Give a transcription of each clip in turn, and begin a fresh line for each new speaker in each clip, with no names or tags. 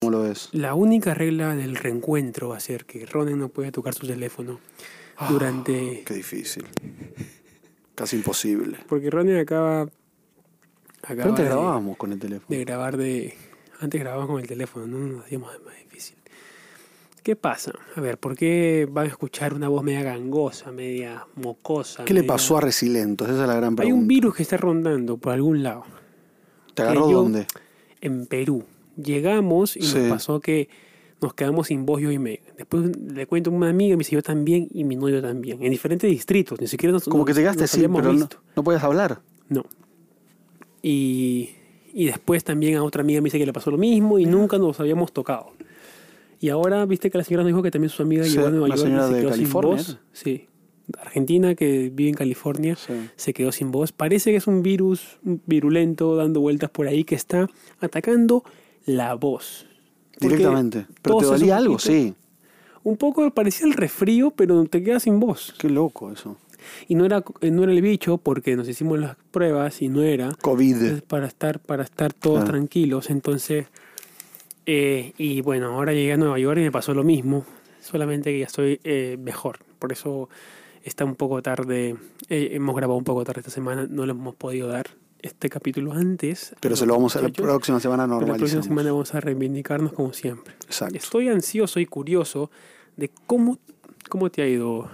¿Cómo lo ves?
La única regla del reencuentro va a ser que Ronen no pueda tocar su teléfono
Ah.
durante...
Qué difícil. Casi imposible.
Porque Ronen acaba... acaba
Pero antes
de-
grabábamos con el teléfono.
de grabar de... Antes grabábamos con el teléfono, no nos hacíamos más difícil. ¿Qué pasa? A ver, ¿por qué van a escuchar una voz media gangosa, media mocosa?
¿Qué le
media-
pasó a Resilentos? Esa es la gran
Hay un
pregunta.
virus que está rondando por algún lado,
¿Te agarró
que yo-
dónde?
en Perú. Llegamos y
Sí.
nos pasó que nos quedamos sin voz yo y Meg. Después le cuento a una amiga, me dice yo también y mi novio también, en diferentes distritos, ni siquiera nos
Como que
nos-
llegaste
nos
sí,
habíamos
pero no,
visto.
no podías hablar.
No. Y, y después también a otra amiga me dice que le pasó lo mismo y nunca nos habíamos tocado. Y ahora, viste que la señora nos dijo que también su amiga
Sí,
llegó a Nueva
la
York y
señora
se
de
quedó sin
California,
voz.
¿era?
Sí. Argentina, que vive en California,
Sí.
se quedó sin voz. Parece que es un virus virulento dando vueltas por ahí que está atacando la voz. Porque
Directamente. Pero te
toses un
dolía algo,
poquito.
sí.
Un poco parecía el resfrío, pero te quedas sin voz.
Qué loco eso.
Y no era, no era el bicho porque nos hicimos las pruebas y no era.
COVID.
Entonces, para estar para estar todos
Claro.
tranquilos entonces eh, y bueno ahora llegué a Nueva York y me pasó lo mismo solamente que ya estoy eh, mejor por eso está un poco tarde eh, hemos grabado un poco tarde esta semana no lo hemos podido dar este capítulo antes a
Pero
los
se lo vamos a la
muchachos,
próxima semana
pero la próxima
normalizamos.
semana vamos a reivindicarnos como siempre
Exacto.
estoy ansioso y curioso de cómo cómo te ha ido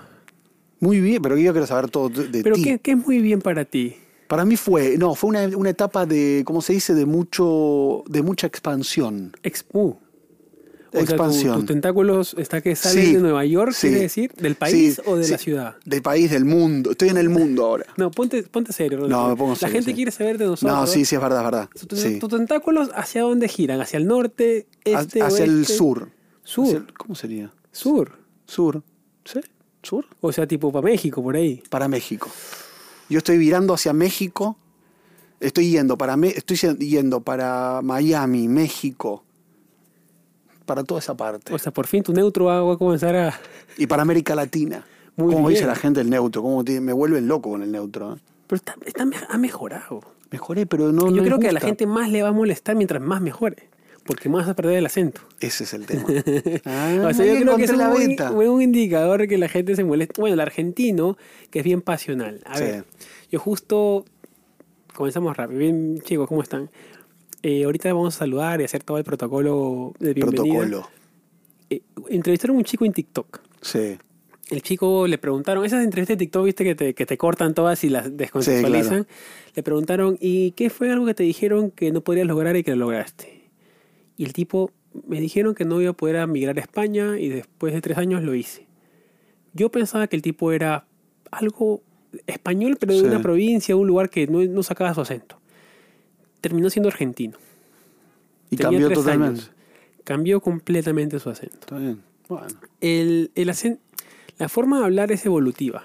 Muy bien, pero yo quiero saber todo de de
pero
ti.
qué qué es muy bien para ti
Para mí fue, no, fue una, una etapa de, ¿cómo se dice? De mucho, de mucha expansión.
Expu. O uh. Sea,
Expansión.
tu- tus tentáculos está que salen
Sí,
de Nueva York,
sí.
quiere decir, del país
Sí,
o de
sí.
la ciudad.
Del país, del mundo. Estoy en el mundo ahora.
No, ponte, ponte serio. Rodolfo.
No, me pongo
La
serio,
gente
sí.
quiere saber de nosotros.
No, sí, sí, es verdad, es verdad.
Tus
Sí.
tus tentáculos hacia dónde giran, hacia el norte,
Ha-
este,
Hacia el
oeste?
sur.
Sur.
Hacia el- ¿Cómo sería?
Sur.
Sur. ¿Sí? Sur.
O sea, tipo para México, por ahí.
Para México. Yo estoy virando hacia México. Estoy yendo para, Me- estoy yendo para Miami, México. Para toda esa parte.
O sea, por fin tu neutro va va a comenzar a.
y para América Latina.
Muy
¿Cómo dice
bien.
la gente el neutro? ¿Cómo te- me vuelven loco con el neutro? ¿eh?
Pero está, está me- ha mejorado.
Mejoré, pero no.
Yo
no me
creo que a la
gusta.
gente más le va a molestar mientras más mejore. Porque más vas a perder el acento.
Ese es el tema.
O
Ah,
sea, yo
ahí
creo que es
encontré
un,
la
buen-
beta.
buen- un indicador que la gente se molesta. Bueno, el argentino, que es bien pasional. A
Sí.
ver, yo justo comenzamos rápido. Bien, chicos, ¿cómo están? Eh, ahorita vamos a saludar y hacer todo el protocolo de bienvenida.
Protocolo.
Eh, entrevistaron a un chico en TikTok.
Sí.
El chico le preguntaron, esas entrevistas de TikTok, viste, que te, que te cortan todas y las desconceptualizan. Le preguntaron, ¿y qué fue algo que te dijeron que no podías lograr y que lo lograste? Y el tipo, me dijeron que no iba a poder migrar a España y después de tres años lo hice. Yo pensaba que el tipo era algo español, pero de
Sí.
una provincia, un lugar que no, no sacaba su acento. Terminó siendo argentino.
Y
Tenía
cambió
tres
totalmente.
años. Cambió completamente su acento
Está bien. Bueno.
el, el acen- la forma de hablar es evolutiva.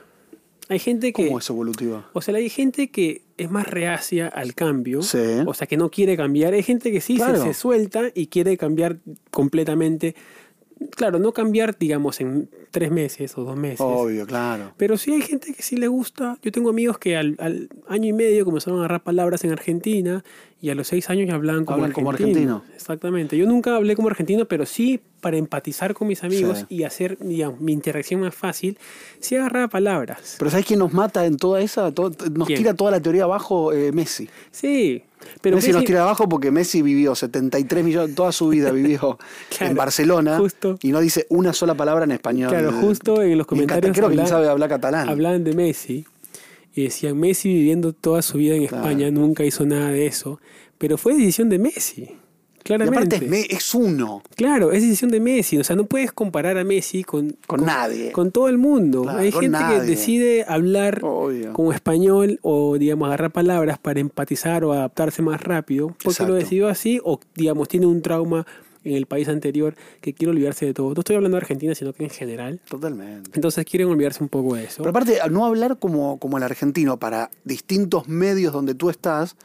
Hay gente que...
¿Cómo es evolutiva?
O sea, hay gente que es más reacia al cambio,
Sí.
o sea, que no quiere cambiar. Hay gente que sí se-
Claro.
se, suelta y quiere cambiar completamente. Claro, no cambiar, digamos, en tres meses o dos meses.
Obvio, claro.
Pero sí hay gente que sí le gusta. Yo tengo amigos que al, al año y medio comenzaron a agarrar palabras en Argentina y a los seis años ya hablaban como,
Hablan como
argentinos.
argentino.
Exactamente. Yo nunca hablé como argentino, pero sí para empatizar con mis amigos
Sí.
y hacer digamos, mi interacción más fácil, sí agarraba palabras.
Pero ¿sabes quién nos mata en toda esa? Todo- nos
¿Quién?
tira toda la teoría abajo eh, Messi.
Sí. Pero
Messi
¿qué
nos
si-
tira abajo porque Messi vivió 73 millones, toda su vida vivió
Claro,
en Barcelona
justo.
y no dice una sola palabra en español.
Claro,
Eh,
justo en los
y en cata-
comentarios
creo que él
habla-
sabe hablar catalán.
hablaban de Messi y decían Messi viviendo toda su vida en
Claro.
España nunca hizo nada de eso, pero fue decisión de Messi.
y
Claramente.
aparte es, me- es uno,
Claro, es decisión de Messi. O sea, no puedes comparar a Messi con,
con, nadie.
con todo el mundo.
Claro,
Hay
con
gente que
nadie.
decide hablar
Obvio.
como español o, digamos, agarrar palabras para empatizar o adaptarse más rápido porque
Exacto.
lo decidió así o, digamos, tiene un trauma en el país anterior que quiere olvidarse de todo. No estoy hablando de Argentina, sino que en general.
Totalmente.
Entonces quieren olvidarse un poco de eso.
Pero aparte, al no hablar como, como el argentino para distintos medios donde tú estás,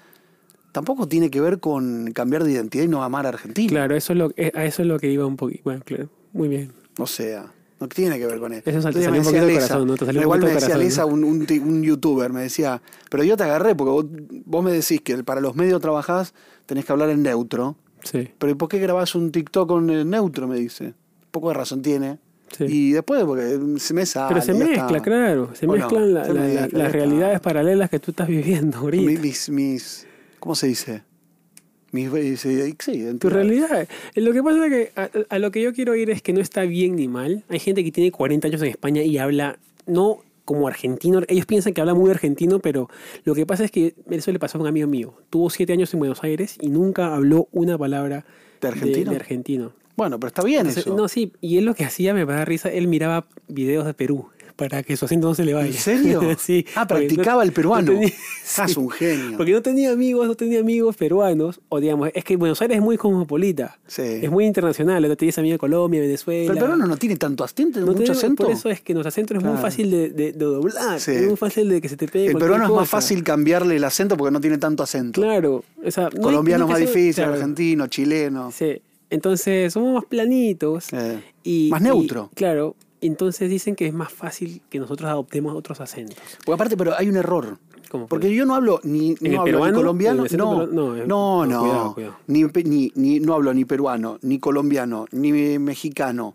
tampoco tiene que ver con cambiar de identidad y no amar a Argentina.
Claro, eso es lo, eh, a eso es lo que iba un poquito. Bueno, claro, muy bien.
O sea, no tiene que ver con eso.
Eso sal- te
Entonces
salió un
me decía
poquito del
Lesa,
corazón, ¿no? Te salió un
igual me
poquito del
decía Lesa,
corazón,
un, un ti- un youtuber, me decía, pero yo te agarré porque vos, vos me decís que para los medios trabajás tenés que hablar en neutro.
Sí.
Pero ¿y por qué grabás un TikTok con el neutro? Me dice. Poco de razón tiene.
sí.
Y después, porque se me sale.
Pero se
ya
mezcla,
está.
claro. Se
O no,
mezclan la-
se
la-
mezcla,
la-
ya está.
las realidades paralelas que tú estás viviendo ahorita.
Mi- Mis, mis- ¿Cómo se dice? Mis, eh, sí, sí,
Tu realidad. Lo que pasa es que a, a lo que yo quiero ir es que no está bien ni mal. Hay gente que tiene 40 años en España y habla, no como argentino, ellos piensan que habla muy argentino, pero lo que pasa es que eso le pasó a un amigo mío. Tuvo 7 años en Buenos Aires y nunca habló una palabra
¿De argentino?
de argentino.
Bueno, pero está bien
Entonces,
eso.
no, sí, y él lo que hacía, me da risa, él miraba videos de Perú para que su acento no se le vaya.
¿En serio?
sí.
Ah,
porque no-
practicaba el peruano.
no tenía-
Estás un genio.
porque no tenía amigos, no tenía amigos peruanos, o digamos, es que Buenos Aires es muy cosmopolita,
Sí.
es muy internacional, no tienes amigos de Colombia, Venezuela.
Pero el peruano no tiene tanto acento,
No
mucho
tenemos-
acento.
Por eso es que nuestro acento es muy
Claro.
fácil de, de- de doblar,
Sí.
es muy fácil de que se te pegue.
el
cualquier
peruano es más
cosa.
fácil cambiarle el acento porque no tiene tanto acento.
Claro, o sea, no hay-
Colombiano es
no
más
hay que ser-
difícil,
claro.
argentino, chileno.
Sí. Entonces somos más planitos.
Eh,
Y,
más neutro.
y, claro, entonces dicen que es más fácil que nosotros adoptemos otros acentos.
Porque aparte, pero hay un error.
Como por-
Porque yo no hablo ni, no
el
hablo
peruano?
ni colombiano,
¿En el acento
no,
peruano? No, eh,
no,
no,
no.
cuidado, cuidado.
Ni, pe- ni- ni- no hablo ni peruano, ni colombiano, ni mexicano.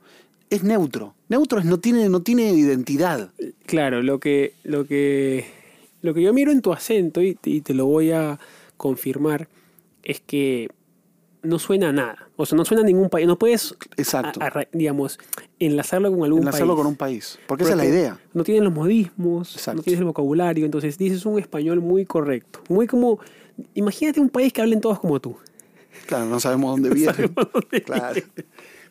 Es neutro. Neutro es no tiene, no tiene identidad.
Claro, lo que, lo que, lo que yo miro en tu acento, y, y te lo voy a confirmar, es que no suena a nada. O sea, no suena a ningún país. No puedes,
Exacto.
a- arra- digamos, enlazarlo con algún
Enlazarlo
país.
con un país. Porque esa es la
Porque
idea.
No tienes los modismos,
Exacto.
no tienes el vocabulario, entonces dices un español muy correcto. Muy como, imagínate un país que hablen todos como tú.
Claro, no sabemos dónde viene. claro.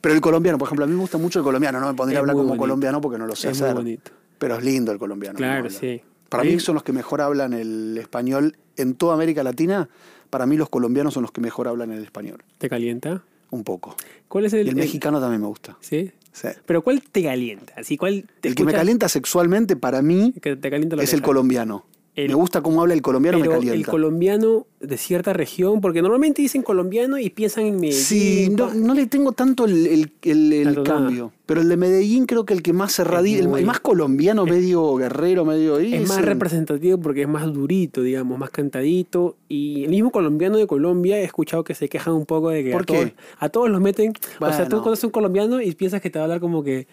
Pero el colombiano, por ejemplo, a mí me gusta mucho el colombiano. No me pondría
Es
a hablar
muy
como
bonito.
colombiano porque no lo sé
Es muy
hacer.
bonito.
Pero es lindo el colombiano.
Claro,
como habla.
sí.
Para
A
mí
mí-
son los que mejor hablan el español en toda América Latina. Para mí los colombianos son los que mejor hablan el español.
¿Te calienta?
Un poco.
¿Cuál es
Y
el,
el,
el-
mexicano también me gusta.
¿Sí?
Sí.
Pero ¿cuál te calienta? Así, ¿cuál te
El que me
escuchas
calienta sexualmente para mí
que te calienta la
es el
oreja?
colombiano.
El-
me gusta cómo habla el colombiano, me
Pero
calienta.
el colombiano de cierta región, porque normalmente dicen colombiano y piensan en Medellín.
Sí, no, no le tengo tanto el, el- el- el
Tanto nada.
cambio. Pero el de Medellín creo que el que más se radica, el,
muy-
más colombiano, medio guerrero, medio... y
Es más
el-
representativo porque es más durito, digamos, más cantadito. Y el mismo colombiano de Colombia he escuchado que se quejan un poco de que
¿Por
a,
qué?
Todos, a todos los meten. O sea,
Bueno.
tú conoces un colombiano y piensas que te va a hablar como que.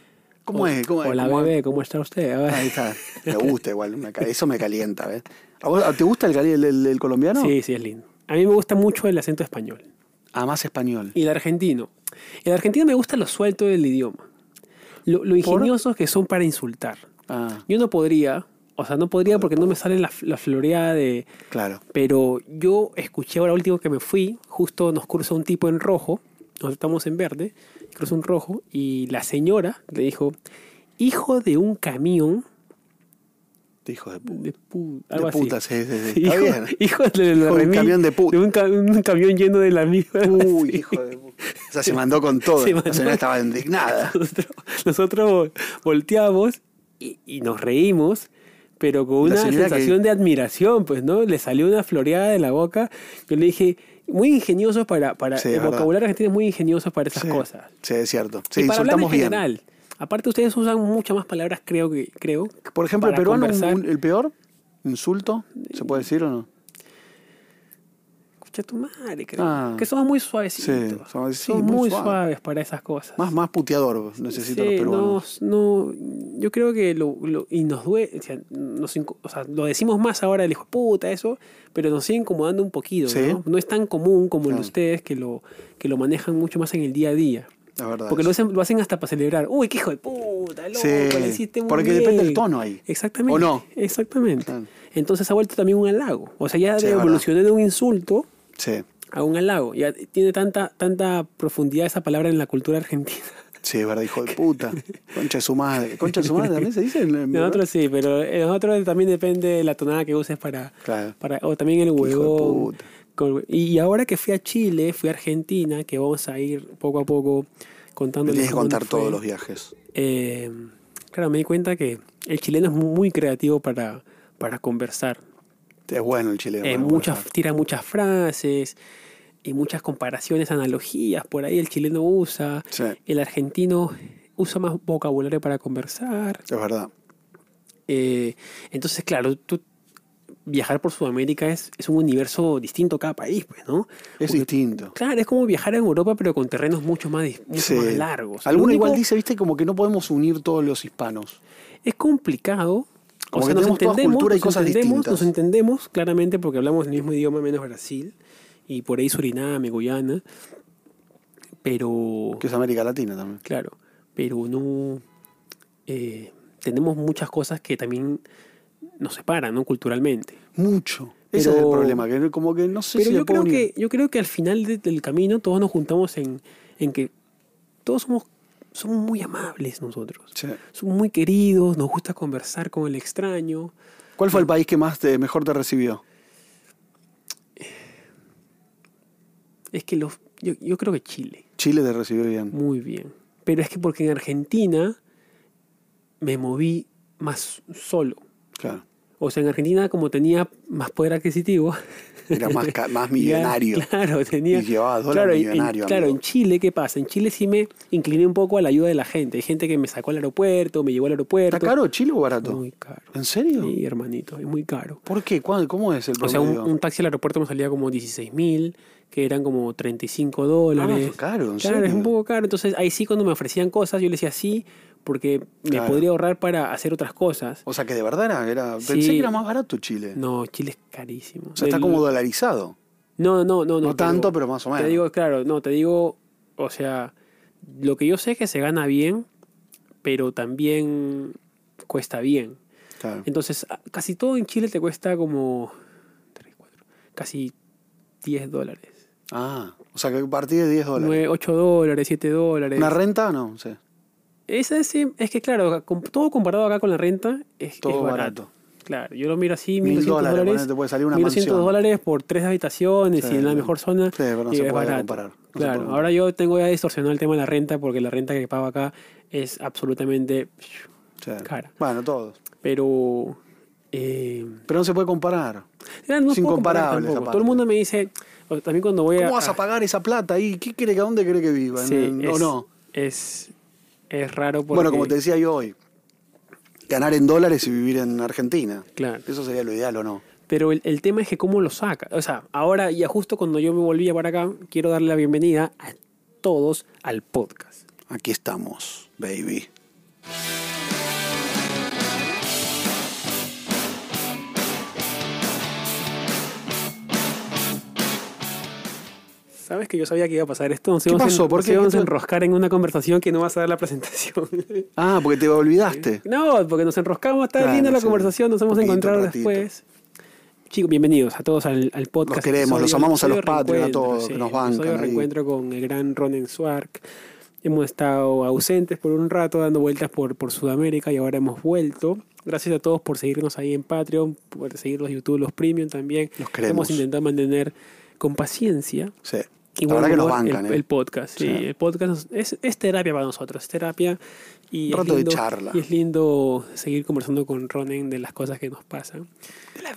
¿Cómo
"Oh,
es? ¿Cómo es?
Hola,
¿Cómo es?"
bebé, ¿cómo está usted?
Ah, Ahí está. Me gusta igual, me ca- eso me calienta. ¿ves? ¿A vos- ¿Te gusta el, cali- el- el- el colombiano?
Sí, sí, es lindo. A mí me gusta mucho el acento español.
Ah, más español.
Y el argentino. El argentino me gusta lo suelto del idioma. Lo, lo ingeniosos que son para insultar.
Ah,
Yo no podría, o sea, no podría porque no me sale la, la floreada de...
claro.
Pero yo escuché ahora último que me fui, justo nos cruza un tipo en rojo, nosotros estamos en verde, cruza un rojo y la señora le dijo, hijo de un camión
Hijo de, pu-
de, pu- algo
de
así.
puta, sí, sí, sí. Está
Hijo,
bien.
hijo de,
Hijo
la
de un
remi-
camión de puta.
un, ca- un camión lleno de la misma.
Uy, hijo de puta. O sea, se mandó con todo.
Se
La
mandó.
señora estaba indignada.
Nosotros, nosotros volteamos y, y nos reímos, pero con
La
una
señora
sensación
que-
de admiración, pues, ¿no? Le salió una floreada de la boca. Yo le dije, muy ingeniosos para, para
Sí,
el
es verdad.
vocabulario que tienes muy ingeniosos para esas
Sí,
cosas.
Sí, es cierto. Sí,
y para hablar en
soltamos bien.
general. Aparte ustedes usan muchas más palabras, creo que creo.
Por ejemplo, el
para
peruano, un-
conversar.
un- el peor insulto, ¿se puede decir o no?
Escucha tu madre, creo.
Ah.
que somos muy suavecitos.
Sí, somos- sí,
Somos
muy
muy,
suaves.
suaves. para esas cosas.
Más, más puteador necesito los
Sí,
peruanos.
No, no, yo creo que lo, lo- y nos duele, o sea, nos inco- o sea, lo decimos más ahora el hijo de puta, eso, pero nos sigue incomodando un poquito,
Sí.
¿no? No es tan común como el
Claro.
de ustedes que lo, que lo manejan mucho más en el día a día.
la verdad.
Porque lo
es.
hacen, lo hacen hasta para celebrar. Uy, qué hijo de puta, loco,
Sí,
le hiciste muy
porque depende
bien".
del tono ahí.
Exactamente.
¿O no?
Exactamente.
Claro.
Entonces ha vuelto también un halago. O sea, ya
Sí, es verdad.
evolucionó de un insulto
Sí,
a un halago. Ya tiene tanta, tanta profundidad esa palabra en la cultura argentina.
sí, es verdad, hijo de puta. Concha de su madre. Concha de su madre también se dice. en- en-
Nosotros sí, pero en nosotros también depende de la tonada que uses para.
Claro.
para o también el
hijo de
huevón.
puta.
Con- Y, y ahora que fui a Chile, fui a Argentina, que vamos a ir poco a poco
Me
contando.
tienes que contar todos los viajes.
eh, claro, me di cuenta que el chileno es muy creativo para, para conversar.
Es bueno el chileno.
Eh,
bueno,
muchas,
bueno.
tira muchas frases y muchas comparaciones, analogías. Por ahí el chileno usa.
Sí,
El argentino usa más vocabulario para conversar.
es verdad.
Eh, entonces, claro, tú viajar por Sudamérica es, es un universo distinto a cada país, pues, ¿no?
Es
Porque,
distinto.
Claro, es como viajar en Europa, pero con terrenos mucho más, dis- mucho
Sí.
más largos.
Alguno
Lo único-
igual dice, viste, como que no podemos unir todos los hispanos.
Es complicado.
Como que tenemos todas culturas y
nos
cosas
entendemos,
distintas.
Nos entendemos claramente porque hablamos el mismo idioma menos Brasil y por ahí Suriname, Guyana. Pero,
Que es América Latina también.
claro, pero no... eh, tenemos muchas cosas que también nos separan, ¿no? Culturalmente.
Mucho. Ese
Pero-
es el problema, que como que no sé
Pero
si
yo
le puedo
creo,
unir.
que, yo creo que al final de- del camino todos nos juntamos en, en que todos somos, somos muy amables nosotros.
Sí.
Somos muy queridos, nos gusta conversar con el extraño.
¿Cuál fue el país que más te, mejor te recibió?
Es que los, yo, yo creo que Chile,
Chile te recibió bien.
muy bien. Pero es que porque en Argentina me moví más solo.
Claro.
O sea, en Argentina como tenía más poder adquisitivo.
Era más, ca- más millonario.
ya, claro, tenía...
Y llevaba dólar
claro, en- en-
millonario,
claro,
amigo.
en Chile, ¿qué pasa? En Chile sí me incliné un poco a la ayuda de la gente. Hay gente que me sacó al aeropuerto, me llevó al aeropuerto.
¿Está caro Chile o barato?
Muy caro.
¿En serio?
Sí, hermanito, es muy caro.
¿Por qué? ¿Cuál- ¿Cómo es el
O sea, un,
promedio?
un taxi al aeropuerto me salía como 16 mil, que eran como 35
Ah,
dólares.
fue caro, en
Claro, es
serio.
un poco caro. Entonces, ahí sí, cuando me ofrecían cosas, yo le decía sí, porque me
Claro.
podría ahorrar para hacer otras cosas.
O sea, que de verdad era, era-
Sí.
pensé que era más barato Chile.
No, Chile es carísimo.
o sea, está
Del-
como dolarizado.
No, no, no. No,
No,
te
tanto,
digo-
pero más o menos.
Te digo, claro, no, te digo, o sea, lo que yo sé es que se gana bien, pero también cuesta bien.
Claro.
Entonces, a- casi todo en Chile te cuesta como. tres, cuatro, casi 10 dólares.
Ah, o sea, que a partir de 10 dólares.
8 dólares, 7 dólares.
¿Una renta? No, sí.
Esa es, es que, claro, con- todo comparado acá con la renta es,
Todo
es barato.
barato.
Claro, yo lo miro así,
Mil
1.200
dólares,
dólares.
ponele, te puede salir una
1200
mansión.
dólares por tres habitaciones
Sí,
y en la
no.
mejor zona.
Sí, pero no
y
se
es
puede
barato.
comparar, no se puede
claro,
comparar.
ahora yo tengo ya distorsionado el tema de la renta porque la renta que pago acá es absolutamente
sí.
cara.
Bueno, todos.
Pero. eh,
Pero no se puede comparar.
ya no
Es
puedo
incomparable
comparar
esa
tampoco.
parte.
Todo el mundo me dice. o También cuando voy a.
¿Cómo vas a pagar esa plata ahí? ¿Qué cree que a dónde cree que viva?
ah. Sí,
¿En- ¿O
es-
no?
Es, es raro porque.
Bueno, como te decía yo hoy, ganar en dólares y vivir en Argentina.
Claro.
Eso sería lo ideal, ¿o no?
Pero el, el tema es que cómo lo saca. O sea, ahora, ya justo cuando yo me volví para acá, quiero darle la bienvenida a todos al podcast.
Aquí estamos, baby.
Sabes que yo sabía que iba a pasar esto. Nos
¿Qué
íbamos
pasó?
en-
¿Por
nos
qué?
íbamos
¿Qué
a
te-
enroscar en una conversación que no vas a dar la presentación.
Ah, porque te olvidaste.
no, porque nos enroscamos, está
Claro,
linda la
sí.
conversación, nos hemos
Poquito,
encontrado
ratito.
después. Chicos, bienvenidos a todos al, al podcast.
Los queremos, los amamos a los Patreon, a
Reencuentro,
todos, que nos bancan
Episodio
ahí.
reencuentro con el gran Ronen Swark. Hemos estado ausentes por un rato, dando vueltas por, por Sudamérica y ahora hemos vuelto. Gracias a todos por seguirnos ahí en Patreon, por seguir los YouTube, los Premium también.
Los queremos.
Hemos intentado mantener con paciencia
Sí.
y
la verdad
buen
que nos
humor
bancan,
el,
¿eh?
el podcast, sí,
Sí.
el podcast nos- es, es terapia para nosotros, es terapia y
Un
es
rato de
lindo-
charla.
Y es lindo seguir conversando con Ronen de las cosas que nos pasan.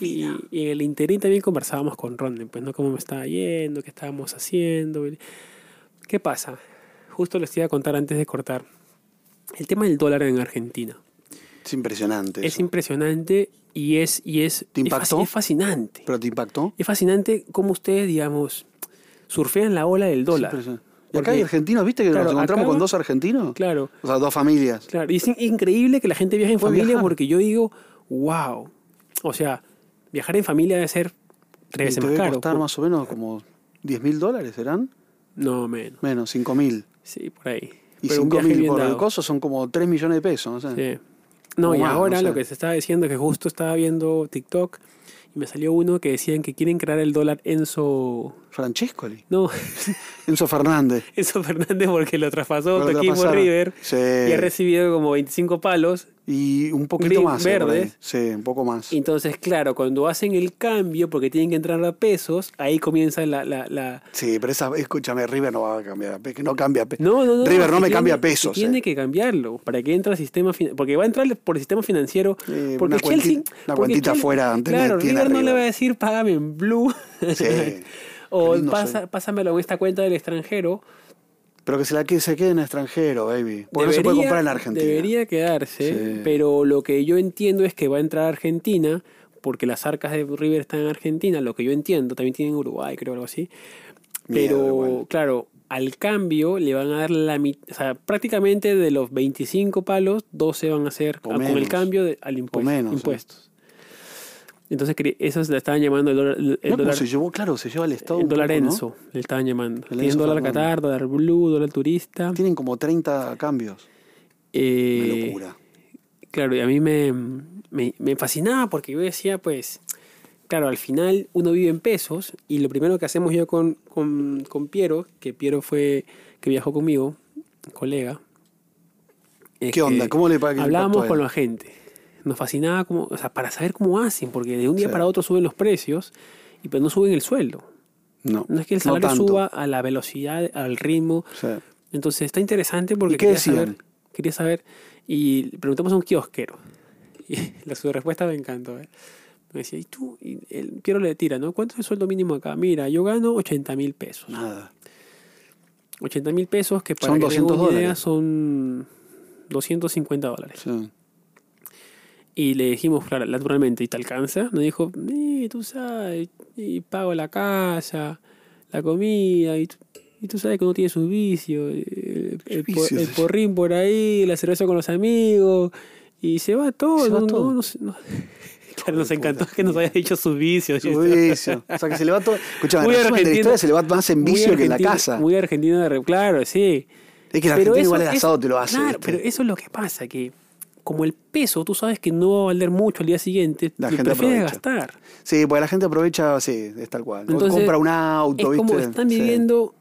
Y, y en el interín también conversábamos con Ronen, pues no cómo me estaba yendo, qué estábamos haciendo. ¿Qué pasa? Justo les iba a contar antes de cortar. El tema del dólar en Argentina
Es impresionante.
es
eso.
impresionante y es y es
¿Te
es
impactó?
fasc- es fascinante.
¿Pero te impactó?
Es fascinante cómo ustedes, digamos, surfean la ola del dólar.
Es impresionante. Y
Porque-
acá hay argentinos, ¿viste que
Claro,
nos encontramos
acá-
con dos argentinos?
Claro,
O sea, dos familias.
claro. Y es in- increíble que la gente viaje en
Puede
familia
viajar.
porque yo digo, wow. O sea, viajar en familia debe ser tres
Y
veces
te
más
debe
caro.
costar más o menos como 10 mil dólares, ¿serán?
No, menos.
Menos, 5 mil.
Sí, por ahí.
Y
Pero un
5
viaje
mil
bien
por el
dado.
coso son como 3 millones de pesos, no sé.
Sí. No,
O
y
más, no
ahora
sé.
lo que se estaba diciendo es que justo estaba viendo TikTok y me salió uno que decían que quieren crear el dólar Enzo.
Francescoli.
No,
Enzo Fernández.
Enzo Fernández porque lo traspasó
Lo
tu equipo
traspasaron.
River
Sí.
y ha recibido como 25 palos.
Y un poquito
Gris-
más. eh, por ahí.
verdes.
Sí, un poco más.
Entonces, claro, cuando hacen el cambio, porque tienen que entrar a pesos, ahí comienza la... la, la-
Sí, pero esa, escúchame, River no va a cambiar, a pe- que no cambia. a pe-
No, no, no.
River no
que
me
tiene-
cambia pesos.
que Tiene
eh.
que cambiarlo para que entre al sistema fin- Porque va a entrar por el sistema financiero.
Eh,
porque
una cuenti-
Chelsea-
una
porque
cuentita
Chelsea-
fuera antes de-
Claro,
tiene
River no
arriba.
le va a decir págame en blue.
Sí.
o
Qué lindo
pasa- pásamelo en esta cuenta del extranjero.
Pero que se la que se quede en el extranjero, baby. Porque no se puede
Debería-
comprar en Argentina.
Debería quedarse,
Sí.
pero lo que yo entiendo es que va a entrar a Argentina porque las arcas de River están en Argentina, lo que yo entiendo, también tienen Uruguay, creo, algo así. Pero,
Mierda, igual.
claro, al cambio le van a dar la mitad, o sea, prácticamente de los 25 palos, 12 van a ser
O
con el
menos.
cambio de- al impuesto,
menos, ¿eh?
pues, impuestos. Entonces, cre- eso se la estaban llamando el dólar, el
No, pues pero
dólar,
se llevó, claro, se lleva al Estado.
el
un
dólar
poco, ¿no?
Enzo, le estaban llamando.
El
Tienen
Enzo
dólar
Fernández.
Qatar, dólar Blue, dólar Turista.
Tienen como 30 cambios. Una
Eh,
locura.
Claro, y a mí me, me, me fascinaba porque yo decía, pues, claro, al final uno vive en pesos y lo primero que hacemos yo con, con, con Piero, que Piero fue, que viajó conmigo, colega. es
¿Qué onda?
que
¿Cómo le paga
Hablábamos con la gente. Nos fascinaba como, o sea, para saber cómo hacen, porque de un día
Sí.
para otro suben los precios y pero no suben el sueldo.
No,
No es que el salario
tanto.
suba a la velocidad, al ritmo,
O sea,
entonces está interesante porque
¿Y qué
quería saber,
decían?
quería saber y le preguntamos a un kiosquero y la su respuesta me encantó. ¿eh? Me decía, ¿y tú? Y el Piero le tira, ¿no? ¿Cuánto es el sueldo mínimo acá? Mira, yo gano 80 mil pesos.
nada.
80 mil pesos que para
Son
que tengan
200
una idea
dólares.
son 250 dólares.
Sí.
Y le dijimos, claro, naturalmente, ¿y te alcanza? Nos dijo, "Eh, tú sabes, y pago la casa, la comida, y tú, y tú sabes que uno tiene sus vicios, el, el por-
Vicios.
el porrín por ahí, la cerveza con los amigos, y se va todo.
Se va
no-
todo.
no- no sé, no. Claro, nos
de
encantó
puta.
que nos haya dicho sus vicios.
Su vicio. O sea, que se le va todo. Escuchame, resumen
Muy
de la
argentino.
historia se le va más en
Muy
vicio que en la
argentino-
casa.
Muy argentino, de re- claro, sí.
Es que el
Pero
argentino
eso
igual el
es-
asado te lo hace.
Claro,
¿viste?
pero eso es lo que pasa, que como el peso, tú sabes que no va a valer mucho al día siguiente,
La
lo
gente
prefieres
aprovecha.
gastar.
Sí, porque la gente aprovecha, sí, es tal cual. O
Entonces,
compra un auto,
es
¿viste?
como están
Sí.
viviendo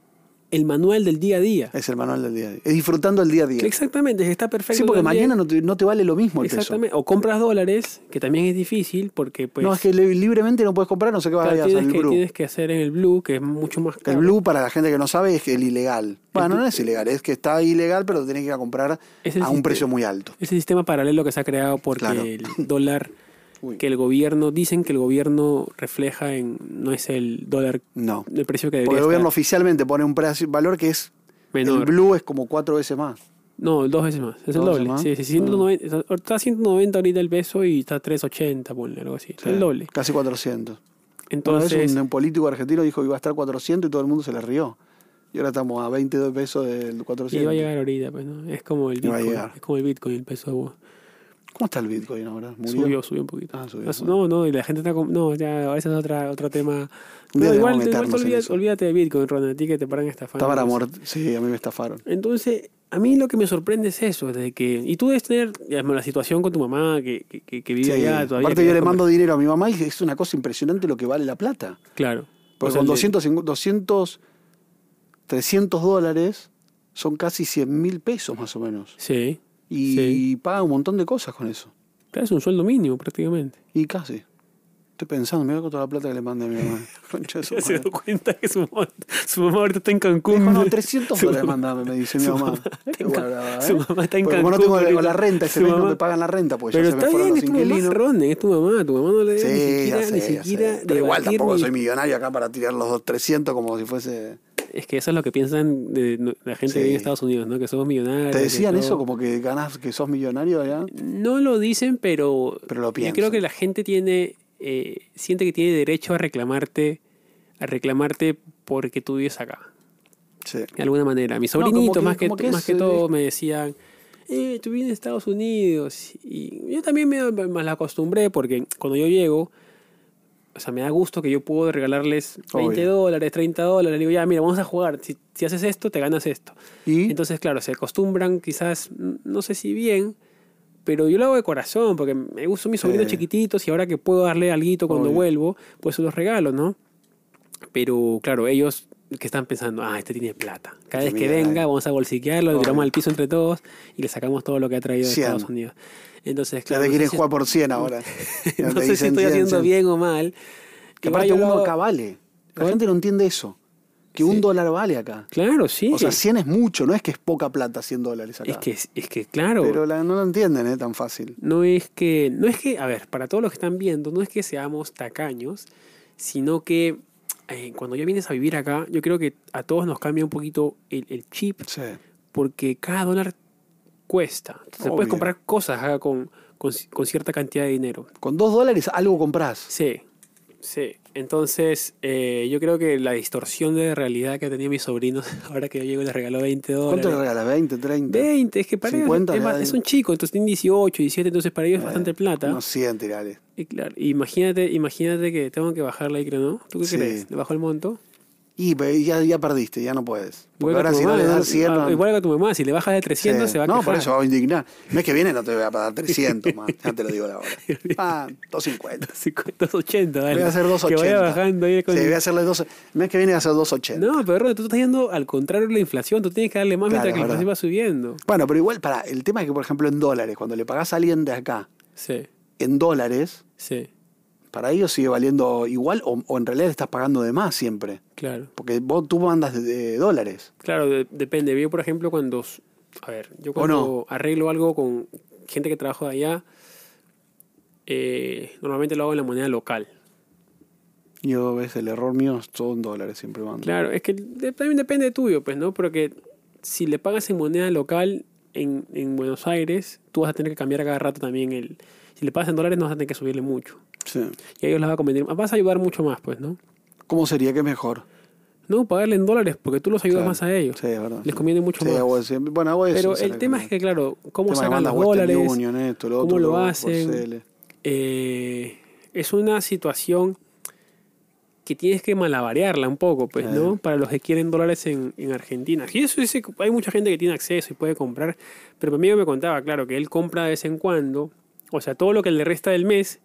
el manual del día a día.
Es el manual del día a día. Es disfrutando el día a día.
Exactamente, está perfecto.
Sí, porque
también.
mañana no te, no te vale lo mismo el peso.
Exactamente. O compras dólares, que también es difícil porque pues
no, es que li- libremente no puedes comprar, no sé qué vas
claro,
a hacer.
tienes,
El
que,
blue.
tienes que hacer en el blue, que es mucho más
El
caro.
blue, para la gente que no sabe, es el ilegal. Bueno,
El-
no es ilegal, es que está ilegal, pero tenés que ir a comprar
Es el
a un
sistema.
precio muy alto.
Ese sistema paralelo que se ha creado porque
Claro.
el dólar
Uy.
que el gobierno, dicen que el gobierno refleja en, no es el dólar,
No.
el precio que
Porque
debería
el gobierno
estar,
oficialmente pone un precio- valor que es. El
menor.
blue es como cuatro veces más.
No, dos veces más. Es el
¿Dos veces
doble.
más? Ah.
Sí, sí, 190, está- Está 190 ahorita el peso y está 380, ponle algo así.
Sí,
El doble.
Casi 400. Una
Entonces,
vez un, un político argentino dijo que iba a estar 400 y todo el mundo se le rió. Y ahora estamos a 22 pesos del
y
400.
va a llegar ahorita, pues, ¿no? Es como el
Y va a
Bitcoin.
llegar.
Es como el Bitcoin, el peso de Bo-
¿Cómo está el Bitcoin ahora? ¿Murió?
Subió, subió un poquito.
Ah, subió.
Ah, su- No, no, y la gente está como. No, ya, ese es otra, otro tema.
Un
No,
día
igual,
debemos
igual te
meternos en
olvida-
eso.
olvídate de Bitcoin, Ronald, a ti que te paran estafando.
Está para muerte. Sí, a mí me estafaron.
Entonces, a mí lo que me sorprende es eso, de que. Y tú debes tener ya, la situación con tu mamá que, que, que- que vive
Sí,
allá todavía.
aparte
que
yo le
conver-
mando dinero a mi mamá y es una cosa impresionante lo que vale la plata.
Claro.
Porque
O sea,
con
le-
200, 200, 300 dólares son casi 100 mil pesos más o menos.
Sí.
Y
Sí.
paga un montón de cosas con eso.
Claro, es un sueldo mínimo prácticamente.
Y casi. Estoy pensando, mira con toda la plata que le mandé a mi mamá. Concha de su
Ya se
madre.
dio cuenta que su mamá, su mamá ahorita está en
Me
Cancún.
dijo, no, 300
Su
dólares
mamá-
mandame, me dice mi
su
mamá.
mamá
Qué
está en
guardada,
Can-
¿eh?
su mamá está en
Porque como no
Cancún
tengo la,
ahorita.
la renta, ese
Su
mes no
mamá-
me pagan la renta, pues
Pero
ya se
está
me fueron
bien,
los
es tu mamá,
inquilinos.
Ronde, es tu mamá. Tu mamá no le debe ni
Sí, ya
siquiera,
sé,
ni
ya
siquiera
sé. Pero igual
debatir
tampoco
ni-
soy millonario acá para tirar los 300 como si fuese...
Es que eso es lo que piensan de no- la gente
Sí.
que vive en Estados Unidos, ¿no? Que somos millonarios.
¿Te
que
decían
todo.
eso? Como que ganás, que sos millonario allá.
No lo dicen, pero,
Pero lo
yo creo
piensan.
que la gente tiene eh, siente que tiene derecho a reclamarte a reclamarte porque tú vives acá.
Sí.
de alguna manera. Mis
No, como
sobrinitos,
que-
más, que,
como que
más
es,
que
eh,
todo, me decían, eh, tú vienes de Estados Unidos. Y yo también me, me la acostumbré porque cuando yo llego, o sea, me da gusto que yo puedo regalarles 20
Obvio.
dólares, 30 dólares. Le digo, ya, mira, vamos a jugar. Si, si haces esto, te ganas esto.
Y
Entonces, claro, se acostumbran quizás, mm, no sé si bien, pero yo lo hago de corazón porque me gustan mis
Sí.
sobrinos chiquititos y ahora que puedo darle alguito cuando
Obvio.
vuelvo, pues se los regalo, ¿no? Pero claro, ellos que están pensando, ah, este tiene plata. Cada
Este
vez que
millonario.
venga, vamos a bolsiquearlo, lo
Obvio.
tiramos al piso entre todos y le sacamos todo lo que ha traído de
Cien.
Estados Unidos. Entonces,
ya
claro.
te
no sé
quieren
si-
jugar por 100 ahora. Ya te
No sé si
dicen
estoy
100,
haciendo
100.
bien o mal.
Que
Igual
aparte
yo lo
uno
hago-
acá vale. La
¿Cuál?
gente no entiende eso. Que
¿Eh? Sí.
un dólar vale acá.
Claro, sí.
O sea, 100 es mucho, no es que es poca plata 100 dólares acá.
es, que, es que, claro.
Pero la- no lo entienden ¿eh? tan fácil.
no es que, no es que, a ver, para todos los que están viendo, no es que seamos tacaños, sino que eh, cuando ya vienes a vivir acá, yo creo que a todos nos cambia un poquito el, el chip,
Sí.
porque cada dólar cuesta. Entonces puedes
Obvio.
comprar cosas ah, con, con, con cierta cantidad de dinero.
Con dos dólares algo comprás.
Sí, sí. Entonces, eh, yo creo que la distorsión de realidad que tenía mis sobrinos, ahora que yo llego y les regaló 20 dólares.
¿Cuánto le regalas? ¿20, 30?
20, es que para ellos
50
es,
le
más-
da-
es un chico, entonces tienen 18, 17, entonces para ellos es
Eh,
bastante plata.
Unos 100 tirales.
Y claro, imagínate, imagínate que tengo que bajarla ahí, creo, ¿no? ¿Tú qué
Sí.
crees? ¿Le bajo el monto?
Y pero ya, ya perdiste, ya no puedes. Porque
Igual que
ahora
a tu
si no
mamá,
le
ah,
das 100...
ah,
no-
Igual que a tu mamá, si le bajas de
Sí.
300 se va a
No,
quejar.
por eso me voy a indignar. El mes que viene no te voy a pagar 300 más, ya te lo digo ahora. Ah, 250.
50, 80, dale.
Voy a hacer 280.
Que vaya bajando ahí con
Sí,
el-
voy a hacerle dos, el mes que viene voy a hacer 280.
No, pero Ronald, tú estás yendo al contrario de la inflación. Tú tienes que darle más
Claro,
mientras que la
verdad.
inflación va subiendo.
Bueno, pero igual, para, el tema es que, por ejemplo, en dólares, cuando le pagás a alguien de acá
Sí,
en dólares,
sí,
para ellos sigue valiendo igual o, o en realidad le estás pagando de más siempre.
claro.
Porque vos, tú mandas de, de dólares.
Claro, de- depende. Yo, por ejemplo, cuando. s- A ver, yo
¿O no?
cuando arreglo algo con gente que trabajo de allá, eh, normalmente lo hago en la moneda local.
Yo, ves, el error mío son dólares siempre mando.
Claro, es que de- también depende de tuyo, pues, ¿no? Porque si le pagas en moneda local en, en Buenos Aires, tú vas a tener que cambiar a cada rato también el. Si le pagas en dólares, no vas a tener que subirle mucho.
Sí.
Y a ellos les va a convenir. Vas a ayudar mucho más, pues, ¿no?
¿Cómo sería que es mejor?
No, pagarle en dólares, porque tú los ayudas
Claro.
más a ellos.
Sí, es verdad.
Les conviene mucho
Sí,
más.
hago eso. bueno, hago eso,
Pero
sí,
el
le
tema
conviene.
es que, claro, cómo
Tema de
sacan
bandas
los
Western
dólares,
Union, esto, lo
cómo
otro,
lo
otro,
hacen.
Porcel.
eh, es una situación que tienes que malabarearla un poco, pues, ¿no?
Claro.
Para los que quieren dólares en, en Argentina. Y eso es, hay mucha gente que tiene acceso y puede comprar, pero mi amigo me contaba, claro, que él compra de vez en cuando, o sea, todo lo que le resta del mes,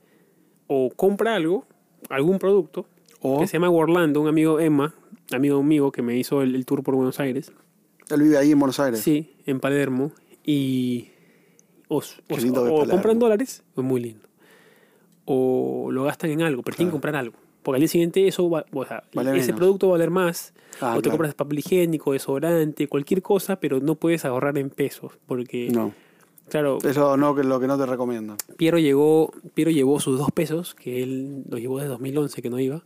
o compra algo, algún producto,
O
que se llama Orlando, un amigo Emma, amigo mío que me hizo el- el tour por Buenos Aires.
él vive ahí en Buenos Aires.
Sí, en Palermo. Y. O, o-
Qué lindo de
o
Palermo.
compran dólares, es muy lindo. O lo gastan en algo, pero tienen que comprar algo. Porque al día siguiente eso va, o sea,
Vale
ese
menos.
producto va a valer más.
Ah,
o te
claro.
compras papel higiénico, desodorante, cualquier cosa, pero no puedes ahorrar en pesos. Porque,
No. Eh.
claro,
Eso no, que es lo que no te recomiendo.
Piero llegó, Piero llevó sus dos pesos, que él los llevó desde 2011, que no iba.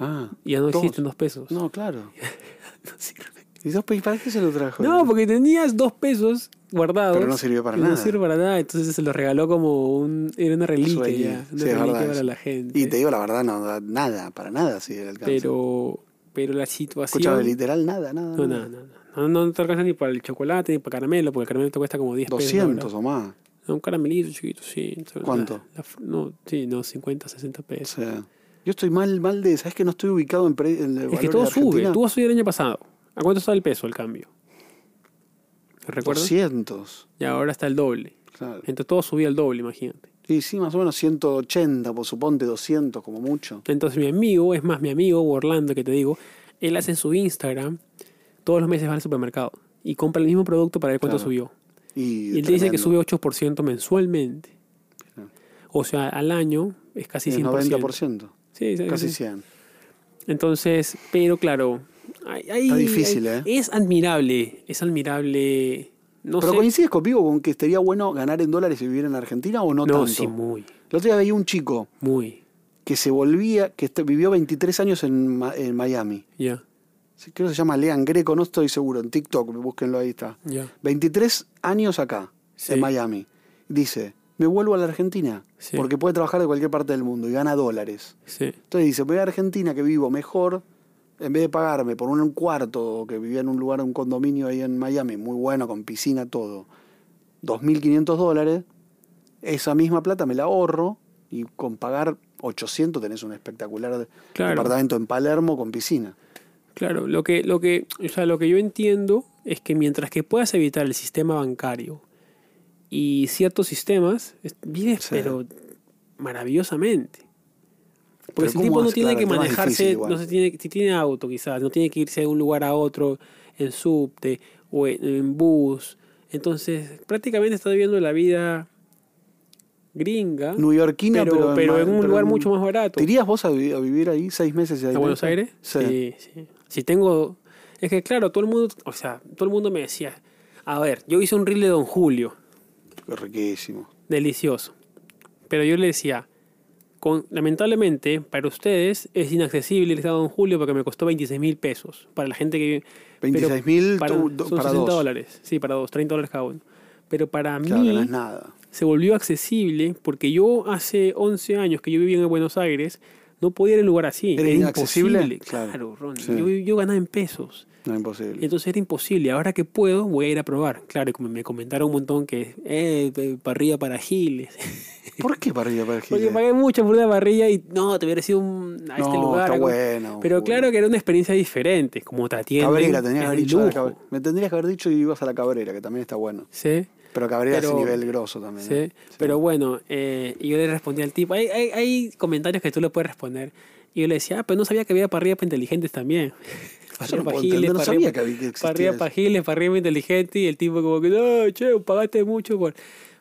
Ah.
Y ya no
Dos.
existen dos pesos.
No, claro.
No sirve.
¿Y dos pe- para qué se lo trajo?
No, porque tenías dos pesos guardados.
Pero no sirvió para
y No
nada.
sirvió para nada. Entonces se los regaló como un. Era una reliquia.
Sueño.
ya,
Sí, es
Una reliquia
verdad
para
eso.
la gente.
Y te digo la verdad, no da nada, para nada si el alcance.
pero, pero la situación.
Escúchame, literal, nada, nada.
no, no,
nada.
no, no. No, no te alcanza ni para el chocolate ni para caramelo, porque el caramelo te cuesta como 10 pesos.
200
¿no?
o más.
No, un caramelito chiquito, sí. Entonces,
¿Cuánto?
la- la fr- no, sí, no, 50, 60
O
pesos.
sea, yo estoy mal, mal de. ¿Sabes que no estoy ubicado en. pre- en el
es que
valor
todo
de
sube.
Argentina?
Tú vas a subir el año pasado. ¿A cuánto estaba el peso el cambio? ¿Recuerdas? Eh.
200.
Y ahora está el doble.
Claro.
Entonces todo subía el doble, imagínate.
Y sí, más o menos 180, por suponte 200 como mucho.
Entonces mi amigo, es más mi amigo Orlando que te digo, él hace en su Instagram, todos los meses va al supermercado y compra el mismo producto para ver cuánto
Claro.
subió.
Y,
Y él te dice que
tremendo.
sube 8% mensualmente.
Claro.
O sea, al año es casi
El
100%.
90%,
Sí, sí,
casi
sí.
100.
Entonces, pero claro, hay- hay-
Está difícil,
hay-
¿eh?
es admirable, es admirable. No
¿Pero
sé.
coincides conmigo con que estaría bueno ganar en dólares y vivir en Argentina o no,
no,
tanto?
sí, muy,
El otro día veía un chico
muy,
que se volvía, que este- vivió 23 años en, Ma- en Miami.
ya,
Sí, Creo que se llama Lean Greco, no estoy seguro, en TikTok, búsquenlo ahí está.
ya.
23 años acá,
Sí.
en Miami. Dice, me vuelvo a la Argentina,
Sí.
porque puede trabajar de cualquier parte del mundo y gana dólares.
Sí,
Entonces dice, voy a Argentina que vivo mejor, en vez de pagarme por un cuarto que vivía en un lugar, un condominio ahí en Miami, muy bueno, con piscina, todo, 2.500 dólares, esa misma plata me la ahorro y con pagar 800 tenés un espectacular
Claro.
departamento en Palermo con piscina.
Claro, lo que, lo que, o sea, lo que yo entiendo es que mientras que puedas evitar el sistema bancario y ciertos sistemas, es- vives
Sí.
pero maravillosamente. Porque
Pero
si el
¿cómo
tipo no
vas?
tiene
Claro,
que
el tema es difícil
manejarse,
igual.
no se tiene, si tiene auto quizás, no tiene que irse de un lugar a otro en subte o en, en bus, entonces prácticamente está viviendo la vida gringa,
Neoyorquina, pero,
pero, pero, en un
pero
lugar
en-
mucho más barato.
¿Te irías vos a, vi- a vivir ahí seis meses? y ahí
¿A Buenos
no?
Aires? Eh,
Sí.
sí, sí. Si tengo. Es que claro, todo el mundo. O sea, todo el mundo me decía. A ver, yo hice un reel de Don Julio.
Qué Riquísimo.
Delicioso. Pero yo le decía. Con, lamentablemente, para ustedes es inaccesible el estado Don Julio porque me costó 26 mil pesos. Para la gente que.
26.000
para,
tu- do-
son
para
60
dos.
dólares. Sí, para dos, 30 dólares cada uno. Pero para
Claro que no
mí
es nada.
se volvió accesible porque yo hace 11 años que yo vivía en Buenos Aires, no podía ir a un lugar así.
¿Era
Era
inaccesible?
imposible.
Claro.
Claro, Ron.
Sí. Mm.
Yo, yo ganaba en pesos.
No es imposible.
Entonces era imposible. Ahora que puedo, voy a ir a probar. Claro, y como me comentaron un montón que eh, eh, parrilla para giles.
¿Por qué parrilla para el
Porque
Gile?
pagué mucho por una parrilla y no, te hubiera sido un, a este
No,
lugar.
está
algo.
bueno,
Pero
bueno.
claro que era una experiencia diferente, como te atienden.
Cabrera, tenías que
es
haber
de
dicho. la
lujo.
Cabrera. Me tendrías que haber dicho y ibas a la Cabrera, que también está bueno.
Sí.
Pero Cabrera es
Pero-
nivel grosso también.
Sí,
¿eh?
pero bueno, eh, y yo le respondí al tipo, hay, hay, hay comentarios que tú le puedes responder. Y yo le decía, ah, pero no sabía que había parrillas para inteligentes también.
Yo no
para
puedo
giles,
entender, no
parrilla-
sabía que había- que existía
Parrilla
eso.
para giles, parrilla para inteligente. Y el tipo como que, no, che, pagaste mucho por...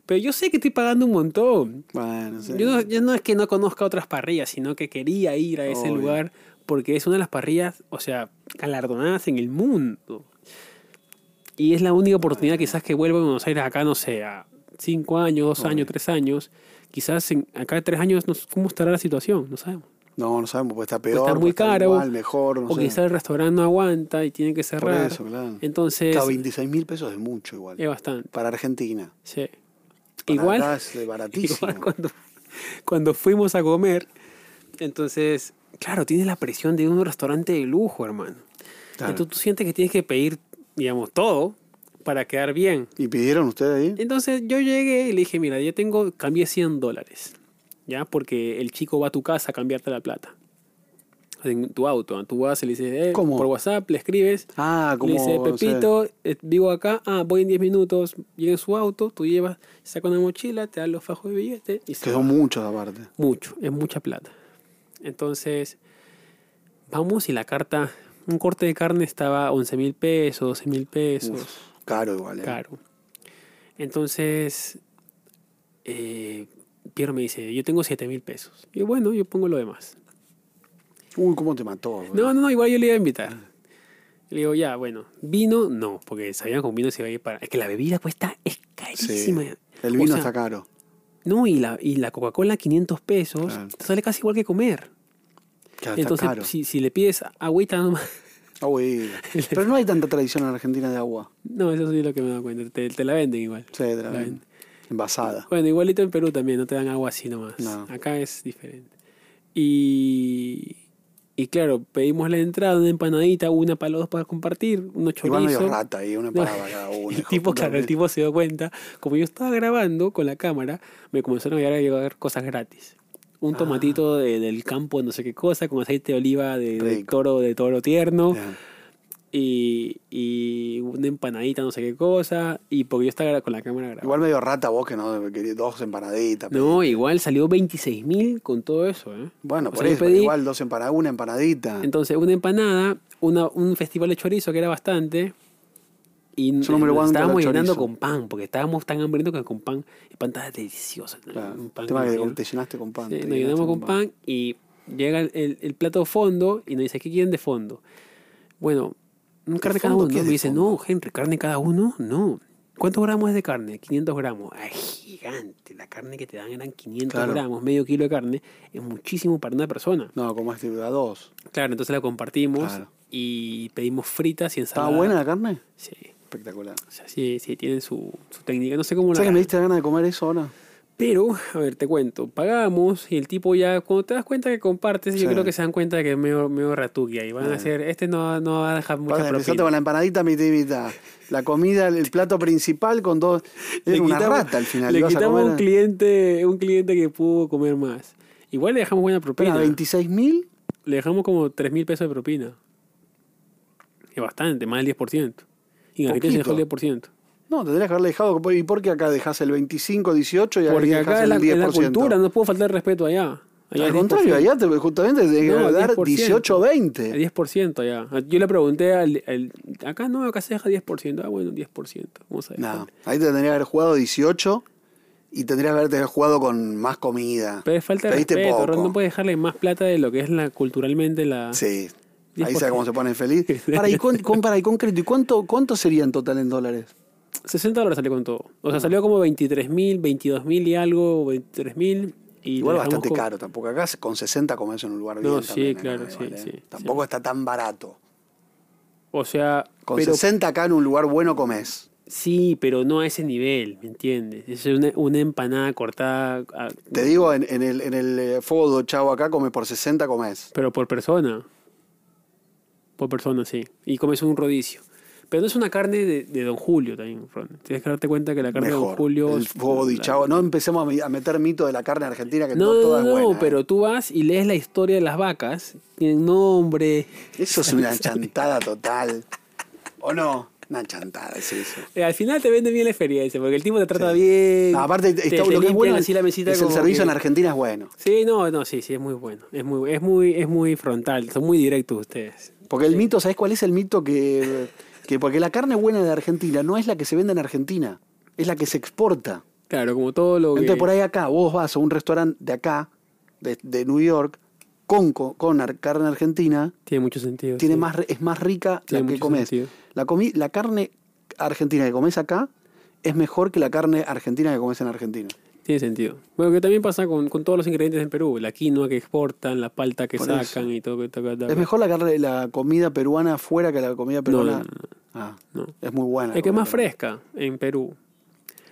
Pero yo sé que estoy pagando un montón.
Bueno, sí.
Yo, no, yo no es que no conozca otras parrillas, sino que quería ir a ese
Obvio.
lugar porque es una de las parrillas, o sea, galardonadas en el mundo. Y es la única oportunidad quizás que vuelva a Buenos Aires acá, no sé, a cinco años, dos años, tres años. Quizás en, acá tres años, no sé cómo estará la situación, no sabemos.
No, no sabemos, puede estar
Puede
peor.
estar muy
puede estar
caro.
igual, mejor, no
o
sé.
quizás el restaurante no aguanta y tiene que
Por
cerrar.
eso, claro.
Entonces,
Claro, 26 mil pesos es mucho igual.
es bastante.
Para Argentina.
Sí.
Para
Eh, Igual,
acá es baratísimo.
Igual cuando, cuando fuimos a comer, entonces, claro, tienes la presión de un restaurante de lujo, hermano.
Claro.
Entonces tú sientes que tienes que pedir, digamos, todo para quedar bien.
¿Y pidieron ustedes ahí?
Entonces yo llegué y le dije, mira, yo tengo, cambié 100 dólares, ¿ya? Porque el chico va a tu casa a cambiarte la plata. En tu auto, ¿ah? tú vas y le dices, eh,
¿Cómo?
por WhatsApp, le escribes,
Ah, como.
le dice,
no sé.
Pepito, eh, vivo acá, ah, voy en 10 minutos, llega en su auto, tú llevas, saca una mochila, te dan los fajos de billete y se
Que son
va.
muchos aparte.
Mucho, es mucha plata. Entonces, vamos y la carta, un corte de carne estaba 11 mil pesos, 12 mil pesos,
Uf, caro igual. ¿eh?
caro. Entonces, eh, Piero me dice, yo tengo 7 mil pesos. Y yo, bueno, yo pongo lo demás.
Uy, ¿cómo te mató? boludo?
No, no, no, igual yo le iba a invitar. Le digo, ya, bueno, vino, no, porque sabían que con vino se iba a ir para... Es que la bebida cuesta, es
Sí.
carísima.
El
O
vino
sea,
está caro.
No, y la, y la Coca-Cola 500 pesos,
Claro.
te sale casi igual que comer.
Claro, está
Entonces,
caro.
si, si le pides agüita nomás...
Ah, güey. Pero no hay tanta tradición en Argentina de agua.
No, eso sí es lo que me he dado cuenta. Te, te la venden igual.
Sí, de la
La
ven- Envasada.
Bueno, igualito en Perú también, no te dan agua así nomás.
No.
Acá es diferente. Y, y claro, pedimos la entrada, una empanadita, una para los dos para compartir, unos chorizos.
Igual medio rata ahí, una
No.
parada cada uno.
El
hijo
tipo,
de puta,
claro, el
hombre.
tipo se dio cuenta. Como yo estaba grabando con la cámara, me comenzaron a llegar, a llegar cosas gratis.
Ah.
Un tomatito de- del campo, no sé qué cosa, con aceite de oliva de, de
Rico.
toro, de toro tierno.
Ya.
Y, y una empanadita, no sé qué cosa. Y porque yo estaba con la cámara grabando.
Igual medio rata vos que no querías dos empanaditas.
No, igual salió 26 mil con todo eso. ¿eh?
Bueno,
O
por
sea, yo
eso, pero
pedí,
igual dos empanadas, una empanadita.
Entonces, una empanada, una- un festival de chorizo que era bastante. Y
Yo no me lo
nos
aguanto
estábamos
el
llenando
chorizo.
con pan, porque estábamos tan hambrientos que con pan. El pan estaba delicioso. ¿no?
Claro,
Un
el
pan
tema que
con-
te llenaste con pan. te
Sí, nos
llenaste
llenamos con pan y llega el, el- el plato fondo y nos dice, ¿qué quieren de fondo? Bueno, un carne cada
fondo?
uno.
¿Qué es
Me
de
dice,
fondo?
no, Henry, carne cada uno, no. ¿Cuántos gramos es de carne? 500 gramos. Ay, gigante. La carne que te dan eran 500
Claro.
gramos, medio kilo de carne. Es muchísimo para una persona.
No, como este, a dos.
Claro, entonces la compartimos
Claro.
y pedimos fritas y
¿Estaba
ensalada.
buena la carne?
Sí.
Espectacular.
O sea, sí, sí, tienen su, su técnica. No sé cómo
¿Sabes
la...
que me diste ganas de comer eso ahora?
Pero, a ver, te cuento, pagamos y el tipo ya, cuando te das cuenta que compartes,
Sí.
yo creo que se dan cuenta de que es medio, medio ratuqui ahí. Van a hacer, este no, no va a dejar mucha
Pasa, empezaste
propina.
con la empanadita, mitad y mitad. La comida, el plato principal con dos. Era una rata al final.
Le
ibas a
quitamos
comer-
un cliente, un cliente que pudo comer más. Igual le dejamos buena propina.
Espera, 26 mil.
Le dejamos como 3 mil pesos de propina. Es bastante, más del 10%. Y en Argentina se dejó el 10%.
No, tendrías que haberle dejado. ¿Y por qué acá dejas el 25, 18 y
Porque
ahí dejás
acá es
el
la, es
10%?
la cultura, no puedo faltar el respeto allá. Allá
Al
es
contrario,
10%.
allá te, justamente te tenés que
No,
dar
10%.
18
El
20.
10% allá. Yo le pregunté al, al- acá no, acá se deja 10%. Ah, bueno, 10%. Vamos a ver.
No, ahí te tendrías que haber jugado 18 y tendrías que haberte jugado con más comida.
Pero es falta de
Pediste
respeto,
poco.
Ron, no puedes dejarle más plata de lo que es la culturalmente la...
Sí. Ahí
10%.
sabes cómo se ponen feliz. Para, y con, con- para, y concreto, ¿y cuánto, cuánto sería en total en dólares?
60 dólares salió con todo. O sea, salió como 23 mil, 22 mil y algo, 23 mil.
Igual bastante caro, tampoco acá se- con 60 comes en un lugar
No,
bien.
sí,
también,
claro,
¿no?
sí,
Igual, ¿eh?
sí,
Tampoco está tan barato.
O sea,
Con
pero
60 acá en un lugar bueno comes.
Sí, pero no a ese nivel, ¿me entiendes? Es una, una empanada cortada, a-
Te digo, en, en el, en el eh, fuego de Chavo acá comes por 60 comes.
pero por persona. Por persona, sí. Y comes un rodicio. Pero no es una carne de, de Don Julio también, Ron. Tienes que darte cuenta que la carne de Don
Mejor.
Julio...
el fuego de
la-
Chavo. No empecemos a mi- a meter mito de la carne argentina que
No,
no,
no,
toda
no,
es buena. ¿eh?
pero tú vas y lees la historia de las vacas. Tienen nombre.
Eso es una chantada total. ¿O no? Una chantada es eso.
Eh, Al final te vende bien la experiencia, porque el tipo te trata
Sí.
bien.
No, aparte,
te-
está-
te
lo que es
limpian
bueno
así la mesita
es el
como
servicio
que-
en Argentina es bueno.
Sí, no, no, sí, sí, es muy bueno. Es muy, es muy, es muy frontal, son muy directos ustedes.
Porque el mito, ¿sabes cuál es el mito? Que, que porque la carne buena de Argentina no es la que se vende en Argentina, es la que se exporta.
Claro, como todo lo que...
Entonces por ahí acá, vos vas a un restaurante de acá, de, de New York, con, co- con ar- carne argentina,
Tiene mucho sentido.
tiene
sí.
más, re- es más rica
Tiene
la que
mucho
comes.
sentido.
La, comi- la carne argentina que comes acá es mejor que la carne argentina que comes en Argentina.
Tiene sentido. Bueno, que también pasa con, con todos los ingredientes en Perú. La quinoa que exportan, la palta que
Por eso.
sacan y todo. que- todo que- todo
Es
que-
mejor la, carne, la comida peruana afuera que la comida
No, no,
peruana.
no, no,
Ah,
no.
es muy buena. la
Es que es
comida
más
peruana.
fresca en Perú.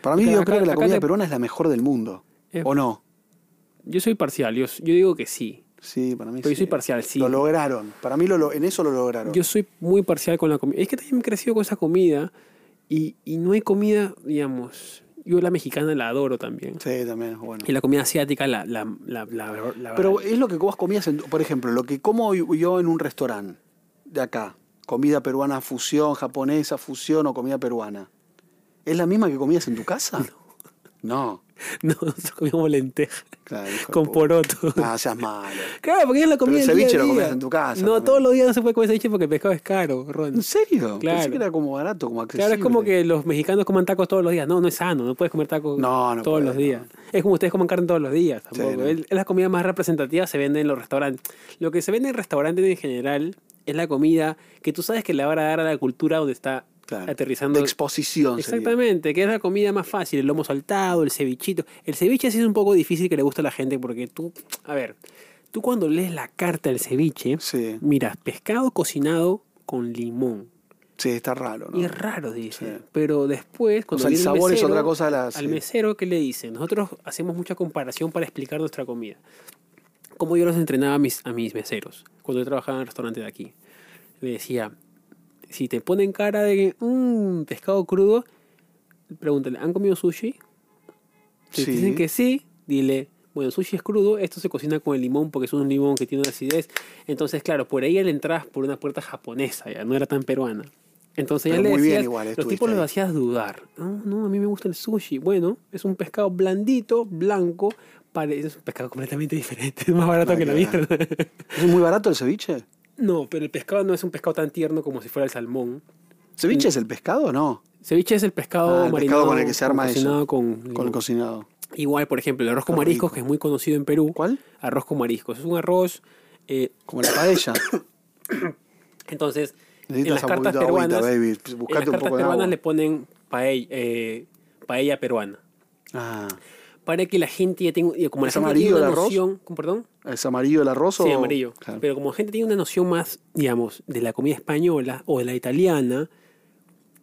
Para mí,
Acá-
yo creo que la
acá
comida
te-
peruana es la mejor del mundo.
Es-
¿O no?
Yo soy parcial, yo, yo digo que sí.
Sí, para mí
Pero yo
sí.
soy parcial, sí.
Lo lograron. Para mí lo, lo- en eso lo lograron.
Yo soy muy parcial con la comida. Es que también he crecido con esa comida y, y no hay comida, digamos. Yo la mexicana la adoro también.
Sí, también es bueno.
Y la comida asiática la. la, la, la- la-
Pero es lo que vos comías, en- por ejemplo, lo que como yo en un restaurante de acá, comida peruana fusión, japonesa fusión o comida peruana, ¿es la misma que comías en tu casa? No.
No, nosotros comíamos lentejas
Claro, hijo de
con
puta.
poroto.
Ah, seas malo.
Claro, porque es la comida
el
del día a
ceviche lo
día.
comías en tu casa
No,
también.
todos los días no se puede comer ceviche porque el pescado es caro, Ron.
¿En serio? Pensé
Claro.
que era como barato, como accesible.
Claro, es como que los mexicanos coman tacos todos los días. No, no es sano, no puedes comer tacos
No, no
todos
puedes,
los
no.
días. Es como ustedes coman carne todos los días. Tampoco.
Sí, no.
Es es la comida más representativa, se vende en los restaurantes. Lo que se vende en restaurantes en general es la comida que tú sabes que le va a agradar a la cultura donde está
Claro.
aterrizando.
De exposición. sería.
Exactamente, que es la comida más fácil, el lomo saltado, el cevichito. El ceviche sí es un poco difícil que le guste a la gente porque tú, a ver, tú cuando lees la carta del ceviche,
Sí,
miras pescado cocinado con limón.
sí, está raro, ¿no?
Y es raro, dice.
Sí.
Pero después, cuando
sea, el
viene
sabor es
mesero,
otra cosa a la- sí.
Al mesero, ¿qué le dicen? Nosotros hacemos mucha comparación para explicar nuestra comida. Como yo los entrenaba a mis, a mis meseros cuando yo trabajaba en el restaurante de aquí. Le decía, si te ponen cara de que, "Mm, pescado crudo, pregúntale, ¿han comido sushi? Si te
Sí.
dicen que sí, dile, bueno, el sushi es crudo, esto se cocina con el limón porque es un limón que tiene una acidez. Entonces, claro, por ahí le entrabas por una puerta japonesa, ya no era tan peruana. Entonces
Pero
ya le
muy bien
decías-
igual
los
estuviste
tipos los
ahí.
hacías dudar. No, no, a mí me gusta el sushi. Bueno, es un pescado blandito, blanco, pare- es un pescado completamente diferente, es más barato
Nada
que
que ver.
la mierda.
¿Es muy barato el ceviche?
No, pero el pescado no es un pescado tan tierno como si fuera el salmón.
¿Ceviche
Mm.
es el pescado o no?
Ceviche es el pescado
Ah, el pescado
marinado
con el que se arma eso.
cocinado con
Con el
limón.
cocinado.
Igual, por ejemplo, el arroz con
Qué
mariscos,
rico.
que es muy conocido en Perú.
¿Cuál?
Arroz con mariscos. Es un arroz. eh,
Como la paella.
entonces, en
Necesitas
las
un poquito
cartas
de agüita,
peruanas,
baby.
en las
Buscate un
cartas
poco de agua.
peruanas le ponen paella, eh, paella peruana.
Ah,
Para que la gente ya tenga. Como la
¿Es
gente
amarillo
tiene una
el arroz?
noción. ¿cómo, perdón?
¿es amarillo el arroz o...?
Sí, amarillo.
Claro.
Pero como la gente tiene una noción más, digamos, de la comida española o de la italiana,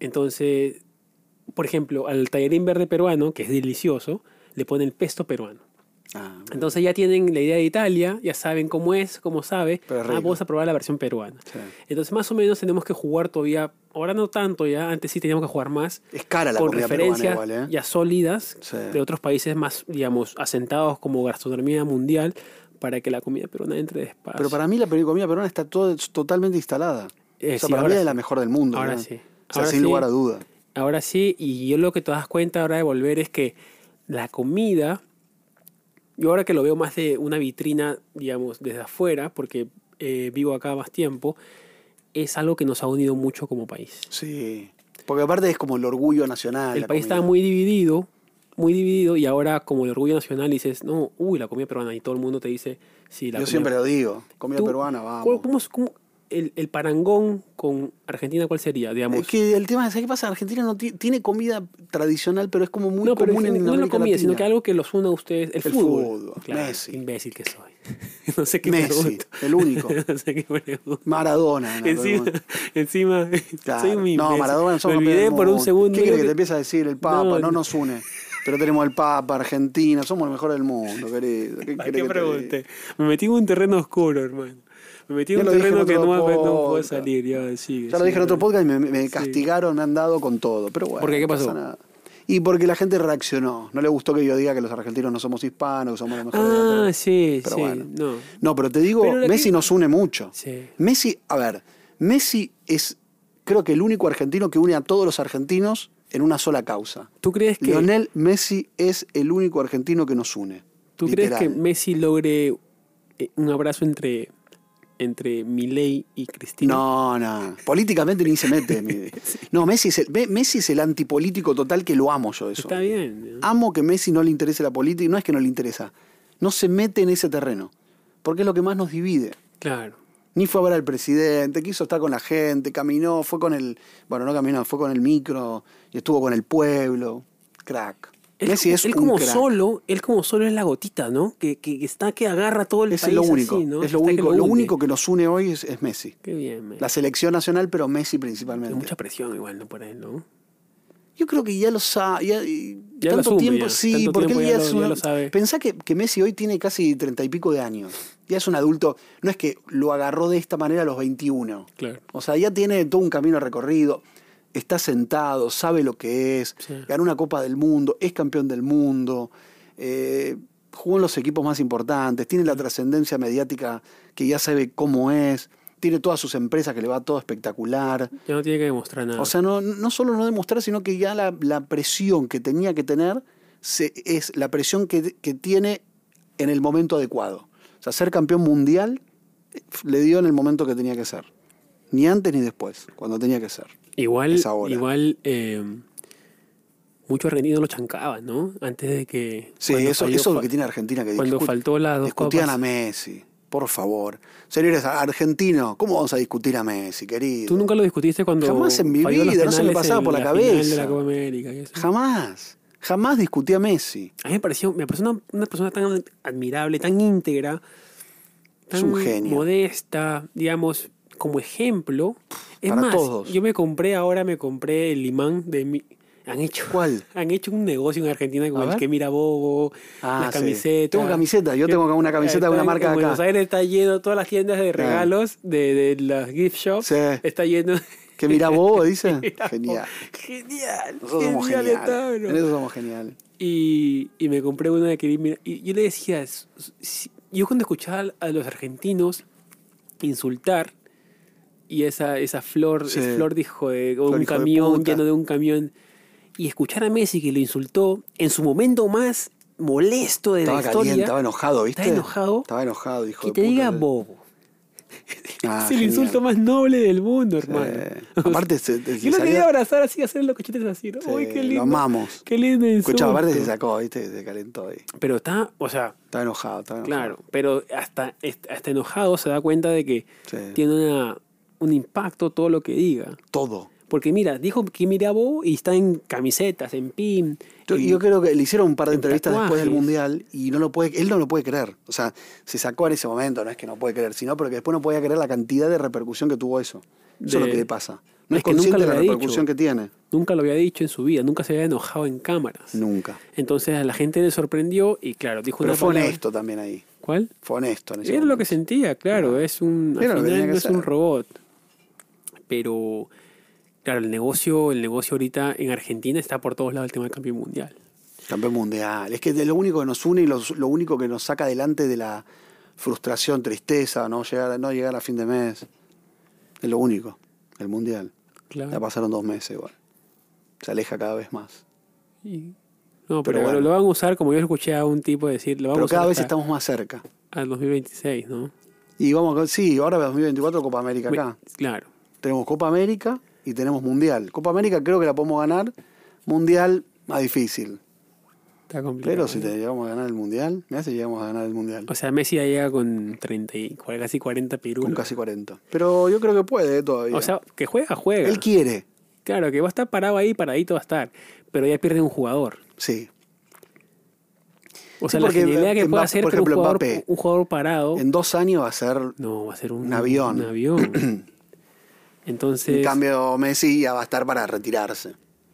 entonces, por ejemplo, al tallerín verde peruano, que es delicioso, le ponen pesto peruano.
Ah,
Entonces ya tienen la idea de Italia, ya saben cómo es, cómo sabe.
Pero es
Ah,
rico.
vamos a probar la versión peruana.
sí.
Entonces más o menos tenemos que jugar todavía, ahora no tanto ya, antes sí teníamos que jugar más,
Es cara la
con
comida
referencias
peruana igual, ¿eh?
ya sólidas
Sí.
de otros países más, digamos, asentados como gastronomía mundial para que la comida peruana entre despacio.
Pero para mí la peri- comida peruana está todo, totalmente instalada.
Eh,
o sea,
sí,
para mí
ahora
es
sí.
la mejor del mundo.
Ahora
¿no?
sí.
O sea,
Ahora
sin
sí.
lugar a duda.
Ahora sí, y yo lo que te das cuenta ahora de volver es que la comida, yo ahora que lo veo más de una vitrina, digamos, desde afuera, porque eh, vivo acá más tiempo, es algo que nos ha unido mucho como país.
Sí. Porque aparte es como el orgullo nacional.
el
Ah, la
país
comida.
estaba muy dividido, muy dividido, y ahora como el orgullo nacional dices, no, uy, la comida peruana, y todo el mundo te dice, sí, la
Yo
comida
siempre lo digo. Comida
Tú-
peruana, vamos.
¿Cómo- cómo es- cómo- el, el parangón con Argentina, ¿cuál sería? Digamos,
Es que el tema es, ¿sabes qué pasa? Argentina no ti- tiene comida tradicional, pero es como muy
no, pero
común
es-
en
no la
América
comida, sino que
Latina.
algo que los una a ustedes. El,
El
fútbol.
fútbol,
Claro,
Messi.
imbécil que soy. no sé qué
Messi,
pregunto.
el único.
no sé qué pregunto.
Maradona. ¿no?
Encima, encima
Claro.
soy un imbécil.
No, Maradona
Me
somos
olvidé por un segundo.
¿Qué
Digo
crees que te
que-
empieza a decir el Papa?
No,
No,
no.
nos une. Pero tenemos el Papa, Argentina, somos los mejores del mundo, querido. ¿Qué, querés
¿Para qué
que te diga?
pregunté? Me metí en un terreno oscuro, hermano. Me metí en
Ya
un
lo dije en
terreno que no,
otro
no puedo
podcast.
salir. Ya, sigue,
Ya lo dije en
sigue.
otro podcast y me, me
Sí.
castigaron, me han dado con todo. Pero bueno,
¿Por qué? ¿Qué
no pasa
pasó?
nada. Y porque la gente reaccionó. No le gustó que yo diga que los argentinos no somos hispanos, que somos los mejores. de
Ah,
la-
sí,
Pero
sí.
bueno.
No.
No, pero te digo,
Pero la
Messi
que-
nos une mucho.
Sí.
Messi, a ver, Messi es, creo que el único argentino que une a todos los argentinos en una sola causa.
¿Tú crees que
Lionel Messi es el único argentino que nos une.
tú
Literal.
crees que Messi logre eh, un abrazo entre entre Milei y Cristina?
No, no. Políticamente ni se mete. mi- No, Messi es, el, ve- Messi es el antipolítico total que lo amo yo eso.
Está bien. ¿no?
Amo que Messi no le interese la política y no es que no le interesa. No se mete en ese terreno. Porque es lo que más nos divide.
Claro.
Ni fue a ver al presidente, quiso estar con la gente, caminó, fue con el. Bueno, no caminó, fue con el micro y estuvo con el pueblo. Crack.
Él,
Messi es
él
un
como
crack.
solo, él como solo es la gotita, ¿no? Que, que que está que agarra todo el
es
país
lo único.
así, ¿no?
Es lo
Está que
único, lo
hunde.
único que nos une hoy es, es Messi.
Qué bien, man.
La selección nacional, pero Messi
Hay
principalmente.
mucha presión igual no por él, ¿no?
Yo creo que ya lo sabe. Ya, y
Ya lo
tanto
asume,
tiempo,
ya.
sí,
Tanto
porque
tiempo
él
ya
ya,
lo-
es
ya
un.
lo sabe.
Pensá que, que Messi hoy tiene casi treinta y pico de años. Ya es un adulto. No es que lo agarró de esta manera a los 21.
Claro.
O sea, ya tiene todo un camino recorrido. Está sentado, sabe lo que es.
Sí.
Ganó una Copa del Mundo, es campeón del mundo. eh, jugó en los equipos más importantes. Tiene la trascendencia mediática que ya sabe cómo es. Tiene todas sus empresas que le va todo espectacular.
Ya no tiene que demostrar nada.
O sea, no, no solo no demostrar, sino que ya la, la presión que tenía que tener se- es la presión que, que tiene en el momento adecuado. O sea, ser campeón mundial eh, le dio en el momento que tenía que ser. Ni antes ni después, cuando tenía que ser.
Igual,
Es ahora.
igual eh, muchos argentinos lo chancaban, ¿no? Antes de que.
Sí,
cuando
eso,
falló-
eso es lo que tiene Argentina que
Cuando
discu-
faltó las dos
Discutían
copas.
a Messi, por favor. Señores, argentino, ¿cómo vamos a discutir a Messi, querido?
Tú nunca lo discutiste cuando.
Jamás en mi
falló los
vida, no se me
penales
pasaba
en
por la
final
cabeza.
de la Copa América y eso.
Jamás, jamás discutí a Messi.
A mí me pareció, me pareció una, una persona tan admirable, tan íntegra, tan
Es un genio.
modesta, digamos, como ejemplo. Es
Para
más,
todos.
yo me compré ahora, me compré el imán de mi. Han hecho,
¿Cuál?
han hecho un negocio en Argentina
A
con el
ver.
que mira Bobo,
Ah,
las
sí.
camisetas.
Tengo camiseta, yo tengo acá una camiseta de una
Está en-
marca
en
de acá.
Buenos Aires está lleno, todas las tiendas de regalos de, de las gift shops
Sí.
está lleno.
Que mira bobo, dice. Genial.
Genial.
Nosotros somos
genial está,
geniales.
bro.
En eso somos geniales.
Y, y me compré una de Kirin Mir- Y yo le decía, s- si- yo cuando escuchaba a los argentinos insultar y esa, esa flor,
Sí.
es flor dijo, de, o
Flor
un
hijo de
camión,
puta.
lleno de un camión, y escuchar a Messi que lo insultó en su momento más molesto de
Estaba
la historia,
caliente, estaba enojado, ¿viste?
Estaba enojado.
Estaba enojado, hijo
que
de
te
puta.
diga bobo.
Ah,
es el
genial.
insulto más noble del mundo,
Sí.
hermano.
Aparte, se, se-
Yo lo
salía-
quería abrazar así, hacer los cachetes así. ¿no?
Sí,
Uy, qué
lo
lindo.
amamos.
Qué lindo insulto.
Escuchá, aparte se sacó, ¿viste? Se calentó ahí.
Pero está, o sea,
Estaba enojado, estaba enojado.
Claro, pero hasta, est- hasta enojado se da cuenta de que
Sí.
tiene una- un impacto todo lo que diga.
Todo.
Porque mira, dijo que mira a Bobo y está en camisetas, en pin.
Yo,
y-
yo creo que le hicieron un par de
en
entrevistas después del
tatuajes.
Mundial y no lo puede, él no lo puede creer. O sea, se sacó en ese momento, no es que no puede creer, sino pero que después no podía creer la cantidad de repercusión que tuvo eso. Eso
De-
es lo que le pasa. No
Es
es,
que nunca
consciente
lo
de la
había
repercusión
dicho.
que tiene.
Nunca lo había dicho en su vida, nunca se había enojado en cámaras.
Nunca.
Entonces a la gente le sorprendió y claro, dijo
Pero
una
fue
palabra-
honesto también ahí.
¿Cuál?
Fue honesto. En ese
Era lo
momento.
que sentía, claro. Es un, al
Era lo que
final
tenía que
no es un
ser.
robot. Pero, claro, el negocio, el negocio ahorita en Argentina está por todos lados el tema del campeón mundial.
Campeón mundial. Es que es lo único que nos une y lo, lo único que nos saca adelante de la frustración, tristeza, no llegar, no llegar a fin de mes. Es lo único. El mundial.
Claro.
Ya pasaron dos meses igual. Se aleja cada vez más.
Y- No, pero,
Pero bueno.
lo van a usar, como yo escuché a un tipo decir, lo van a
Pero
usar
cada vez
hasta-
estamos más cerca.
al 2026, ¿no?
Y vamos, a- sí, ahora 2024 Copa América acá.
Claro.
Tenemos Copa América y tenemos Mundial. Copa América creo que la podemos ganar. Mundial más difícil.
Está complicado.
Pero si
¿no?
te llegamos a ganar el mundial, me hace llegamos a ganar el mundial.
O sea, Messi ya llega con 30 y, cua- casi 40
Con
pirulos.
casi 40. Pero yo creo que puede eh, todavía.
O sea, que juega, juega.
él quiere,
Claro, que va a estar parado ahí, paradito va a estar. Pero ya pierde un jugador.
sí.
O
Sí,
sea, la
porque
genialidad que
Mbappé-
puede hacer
por
que un
ejemplo,
jugador,
Mbappé.
un jugador parado.
En dos años va a ser. En
No, va a ser un,
Un avión.
un avión. Entonces,
cambio, Messi ya va a estar para retirarse.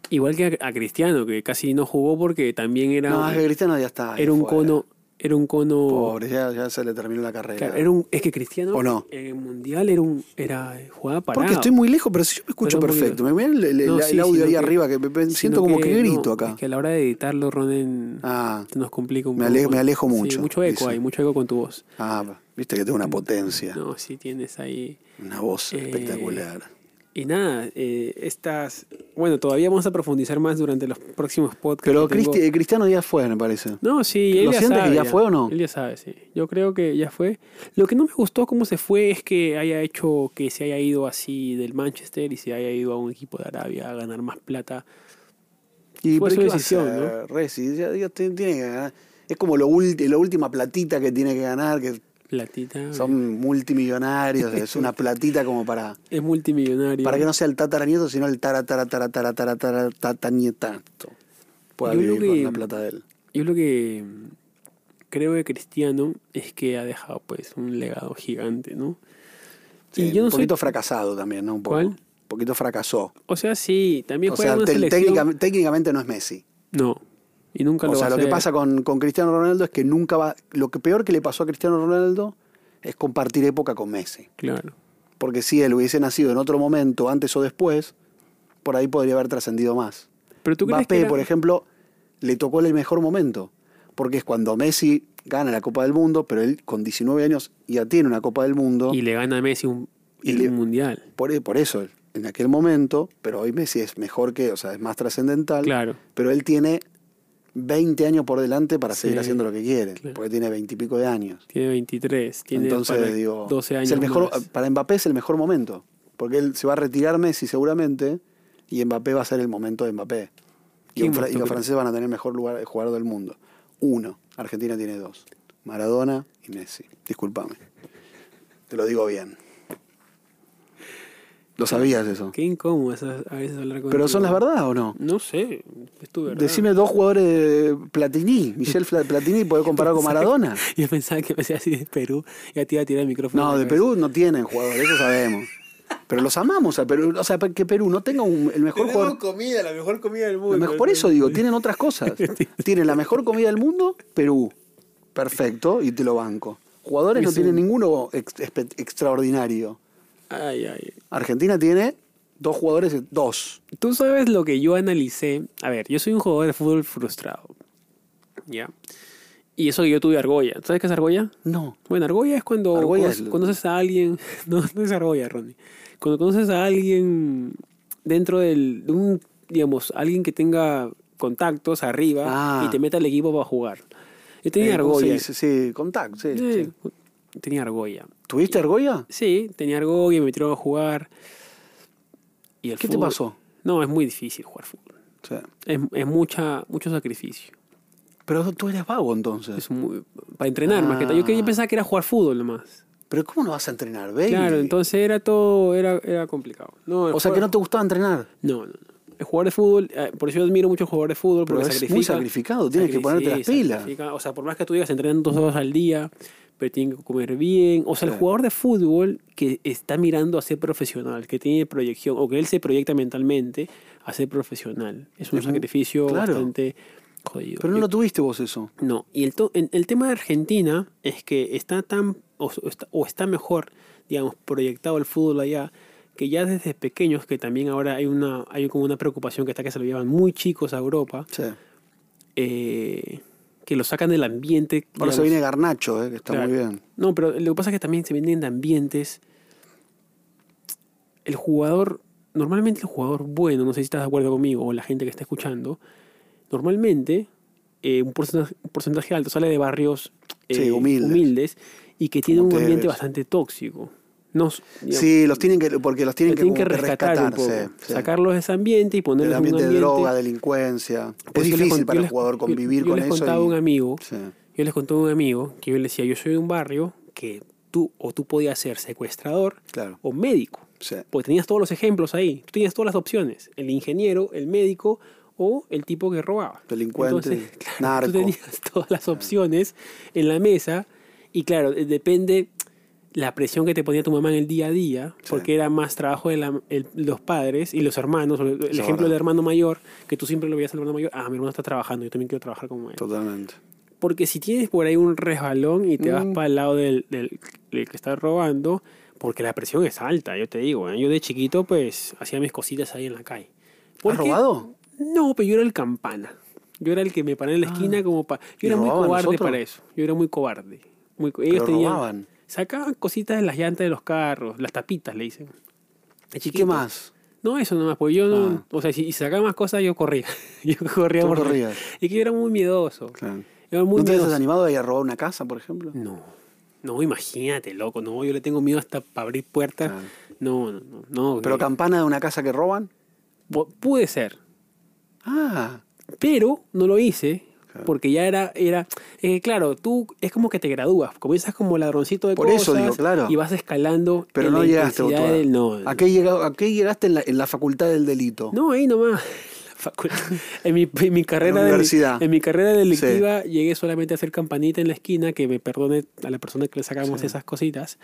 igual que a, a Cristiano, que casi no jugó porque también era,
no, es que Cristiano ya está. ahí
eh, era un
fuera.
cono. Era un cono.
Pobre, ya, ya se le terminó la carrera.
claro, era un- es que Cristiano
¿O no?
en el mundial era un era jugaba parado.
Porque estoy muy lejos, pero si yo me escucho
Pero un
perfecto.
poquito.
Me miran el, el-
No,
el
sí,
audio
sino
ahí
que-
arriba, que me- me
Sino
siento como que,
no,
grito acá.
Es que a la hora de editarlo, Ronen,
Ah,
se nos complica un
Me
poco.
ale- me alejo
Sí,
mucho,
mucho eco
dice.
hay, mucho eco con tu voz.
ah, viste que tengo una potencia,
No, sí tienes ahí.
una voz
Eh,
espectacular.
Y nada, eh, estas. Bueno, todavía vamos a profundizar más durante los próximos podcasts.
Pero
que tengo.
Cristi- Cristiano ya fue, me parece.
No, sí, él
¿Lo
ya
sientes
sabe
que ya fue o no?
Él ya sabe, sí. Yo creo que ya fue. Lo que no me gustó cómo se fue es que haya hecho que se haya ido así del Manchester y se haya ido a un equipo de Arabia a ganar más plata.
Y
Fue
pero
su
¿qué va a
decisión,
hacer, Resi? Ya- ya tiene- tiene que ganar. Es como lo ulti- la última platita que tiene que ganar, que
Platita.
son multimillonarios, es una platita como para
Es multimillonario.
para que no sea el tataranieto, sino el tataranieto. Pueda
Yo creo
vivir con
que-
la plata de él.
Yo lo que mm, creo de Cristiano es que ha dejado pues un legado gigante, ¿no?
Sí,
y yo no
un
soy,
poquito fracasado también, ¿no? Un poco.
¿Cuál?
Un poquito fracasó.
o sea, sí, también
O
juega
sea,
en una
te-
selección.
técnicamente, técnicamente no es Messi.
No. Y nunca
O
lo va
sea,
a
lo que
hacer.
pasa con, con Cristiano Ronaldo es que nunca va. Lo que peor que le pasó a Cristiano Ronaldo es compartir época con Messi.
Claro.
Porque si él hubiese nacido en otro momento, antes o después, por ahí podría haber trascendido más.
Pero tú crees
Mbappé,
que era-
por ejemplo, le tocó el mejor momento. Porque es cuando Messi gana la Copa del Mundo, pero él con 19 años ya tiene una Copa del Mundo.
y le gana a Messi un,
Y
en
le-
un mundial.
Por, e, por eso, en aquel momento, pero hoy Messi es mejor que, o sea, es más trascendental.
Claro.
Pero él tiene 20 años por delante para seguir
Sí,
haciendo lo que quiere,
claro.
porque tiene 20 y pico de años.
Tiene 23, tiene
Entonces,
para
digo,
12 años.
es el mejor,
más.
para Mbappé es el mejor momento, porque él se va a retirar Messi seguramente y Mbappé va a ser el momento de Mbappé. Y,
¿Quién
un fra-
más
y
tú
los
crees?
franceses van a tener el mejor lugar de jugador del mundo. Uno, Argentina tiene dos, Maradona y Messi. Disculpame. Te lo digo bien. ¿Lo sabías eso?
Qué incómodo es a a veces hablar con
ah, ¿Pero son las verdades o no?
No sé, es tu verdad.
Decime dos jugadores de Platini, Michel Fla- Platini, ¿podés comparar con Maradona?
Yo pensaba que me así de Perú. Ya te iba a tirar el micrófono.
No,
en
de
la cabeza.
Perú no tienen jugadores, eso sabemos. Pero los amamos a Perú. O sea, que Perú no tenga un- el mejor
Tenemos
jugador.
comida, la mejor comida del
lo
mundo.
mejor- por eso digo, tienen otras cosas. Tienen la mejor comida del mundo, Perú. Perfecto, y te lo banco. Jugadores no
Sí, sí.
tienen ninguno ex- espe- extraordinario.
Ay, ay.
Argentina tiene dos jugadores, dos.
Tú sabes lo que yo analicé. A ver, yo soy un jugador de fútbol frustrado. ¿Ya? Y eso que yo tuve argolla. ¿Tú ¿Sabes qué es argolla?
No.
Bueno, argolla es cuando
Argolla
conoces,
es lo-
conoces a alguien. No, no es argolla, Ronnie. Cuando conoces a alguien dentro del. de un, digamos, alguien que tenga contactos arriba
Ah.
y te meta al equipo para jugar. Yo tenía
Eh, ¿cómo se
argolla.
dice? Sí, contact, sí,
Sí,
sí.
Tenía argolla.
¿Tuviste argolla?
Sí, tenía argolla, me tiraron a jugar. Y el
¿Qué te
fútbol-
pasó?
No, es muy difícil jugar fútbol.
O sea,
Es, es mucha, mucho sacrificio.
pero tú eres vago entonces.
Es muy- para entrenar más que todo. Yo, que-
Ah.
yo pensaba que era jugar fútbol nomás.
Pero ¿cómo no vas a entrenar, baby?
Claro, entonces era todo, era, era complicado. No, el
o sea, que no
jugar-
te gustaba entrenar.
No, no, no. El jugador de fútbol, eh, por eso yo admiro mucho al jugador de fútbol,
Pero
porque
es
sacrifica,
muy sacrificado, tienes que
Sacri-
ponerte
sí,
las pilas.
sacrifica. O sea, por más que tú digas entrenan dos horas al día, pero tienen que comer bien. O sea, el
Sí.
jugador de fútbol que está mirando a ser profesional, que tiene proyección, o que él se proyecta mentalmente a ser profesional. Es un
Es muy-
sacrificio
claro.
bastante jodido.
Pero no
Yo-
lo tuviste vos eso.
no, y el, to- en- el tema de Argentina es que está tan, o, o está, o está mejor, digamos, proyectado el fútbol allá, que ya desde pequeños, que también ahora hay una hay como una preocupación que está que se lo llevan muy chicos a Europa,
Sí.
eh, que lo sacan del ambiente.
Ahora
digamos.
se viene Garnacho, eh, que está
Claro.
muy bien.
No, pero lo que pasa es que también se vienen de ambientes. El jugador, normalmente el jugador bueno, no sé si estás de acuerdo conmigo o la gente que está escuchando, normalmente eh, un, porcentaje, un porcentaje alto sale de barrios eh,
Sí, humildes.
humildes y que tiene
Como
un
ustedes.
ambiente bastante tóxico. No,
Sí, los tienen que, porque los tienen,
tienen
que,
que
como que
rescatar un poco,
rescatarse. sí.
sacarlos de ese ambiente y
Del
ponerlos en un
ambiente
ambiente
de droga, delincuencia.
Por
es
eso yo les
difícil
cont-
para
yo
el
les-
jugador
yo-
convivir
yo
con
les
eso.
contaba a
y-
un amigo
sí.
Yo les conté a un amigo que yo le decía, yo soy de un barrio que tú o tú podías ser secuestrador
Claro.
o médico,
sí.
porque tenías todos los ejemplos ahí, tú tenías todas las opciones, el ingeniero, el médico o el tipo que robaba.
Delincuente,
Entonces, claro,
narco.
Tú tenías todas las opciones en la mesa y claro, eh, depende la presión que te ponía tu mamá en el día a día,
Sí.
porque era más trabajo de la- el- los padres y los hermanos, o el, el
Eso es
ejemplo
verdad.
del hermano mayor, que tú siempre lo veías al hermano mayor, ah, mi hermano está trabajando, yo también quiero trabajar como él.
Totalmente.
Porque si tienes por ahí un resbalón y te vas
Mm.
para el lado del, del- del que está robando, porque la presión es alta, yo te digo. ¿eh? Yo de chiquito, pues, hacía mis cositas ahí en la calle.
¿Has
¿Por qué?
robado? Ah.
No, pero yo era el campana. Yo era el que me paraba en la esquina como para...
¿Y
Yo era muy
robaban
cobarde
nosotros?
para eso. Yo era muy cobarde. Muy... co-
Pero
Ellos tenían...
robaban.
Sacaban cositas de las llantas de los carros, las tapitas, le dicen. De
¿Y
chiquito.
qué más?
No, eso nomás, porque yo no...
Ah.
O sea, si sacaba más cosas, yo corría. yo corría
Tú
por...
corrías.
Y que yo era muy miedoso.
Claro.
Era muy
¿No te has
miedoso.
animado a ir a robar una casa, por ejemplo?
No, no, imagínate, loco. No, yo le tengo miedo hasta para abrir puertas.
Claro.
No, no, no. no,
¿Pero
eh,
campana de una casa que roban?
pu- Pude ser,
Ah,
pero no lo hice.
Claro.
Porque ya era, era eh, claro, tú es como que te gradúas, comienzas como ladroncito de
Por
cosas
eso digo, claro.
y vas escalando.
pero
en
no
la
llegaste a
intensidad
Botuada.
del- no,
¿A qué llega- a qué llegaste en la, en la facultad del delito?
No, ahí nomás. La facultad. En mi, en mi carrera
la
de-
universidad.
en mi carrera delictiva llegué solamente a hacer campanita en la esquina, que me perdone a la persona que le sacamos esas cositas.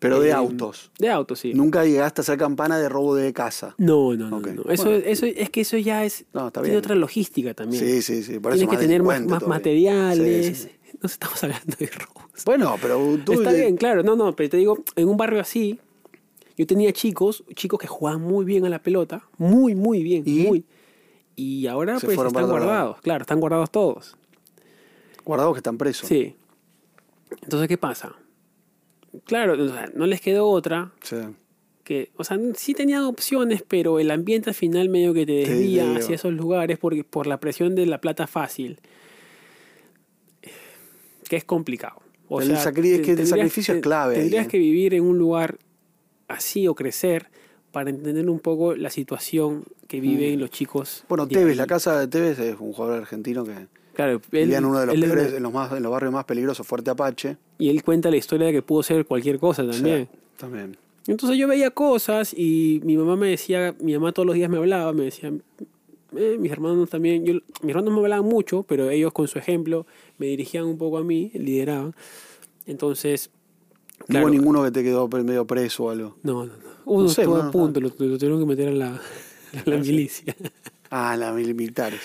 Pero de
Eh,
autos.
De autos, sí.
Nunca llegaste a hacer campana de robo de casa.
No, no, no.
Ok.
no. Eso,
Bueno.
eso, es que eso ya es.
No, está
tiene
bien.
otra logística también.
Sí, sí, sí. Por
Tienes
eso
que
más
tener más,
delincuente
más
todavía.
materiales.
Sí, sí, sí.
Nos estamos hablando de robos.
Bueno, pero tú...
Está
de-
bien, claro. No, no, pero te digo, en un barrio así, yo tenía chicos, chicos que jugaban muy bien a la pelota. Muy, muy bien.
¿Y?
Muy. Y ahora
Se
pues
fueron
están
para otro lado.
guardados. Claro, están guardados todos.
Guardados que están presos.
Sí. Entonces, ¿qué pasa? Claro, o sea, no les quedó otra
Sí.
que, o sea, sí tenían opciones, pero el ambiente al final medio que te
Te
desvía
lleva.
hacia esos lugares porque, por la presión de la plata fácil, que es complicado. O
El
sea,
sacri- es
te-
que el
tendrías-
sacrificio es
te-
clave ahí,
Tendrías
¿eh?
que vivir en un lugar así o crecer para entender un poco la situación que viven los chicos.
Bueno,
de
Tevez,
ahí.
la casa de Tevez es un jugador argentino que
Claro, él,
vivía en uno de los
él es
peores,
verdad-
en los, más, en los barrios más peligrosos, Fuerte Apache.
y él cuenta la historia de que pudo ser cualquier cosa
Sí,
también.
también.
Entonces yo veía cosas y mi mamá me decía, mi mamá todos los días me hablaba, me decía, "Eh, mis hermanos también, yo, mis hermanos me hablaban mucho, pero ellos con su ejemplo me dirigían un poco a mí, lideraban. Entonces,
No
claro,
hubo ninguno que te quedó pre- medio preso o algo.
no, no, no. Uno
No sé,
estuvo
no,
a
no.
punto, lo, lo tuvieron que meter en la, en la milicia.
Ah, las militares.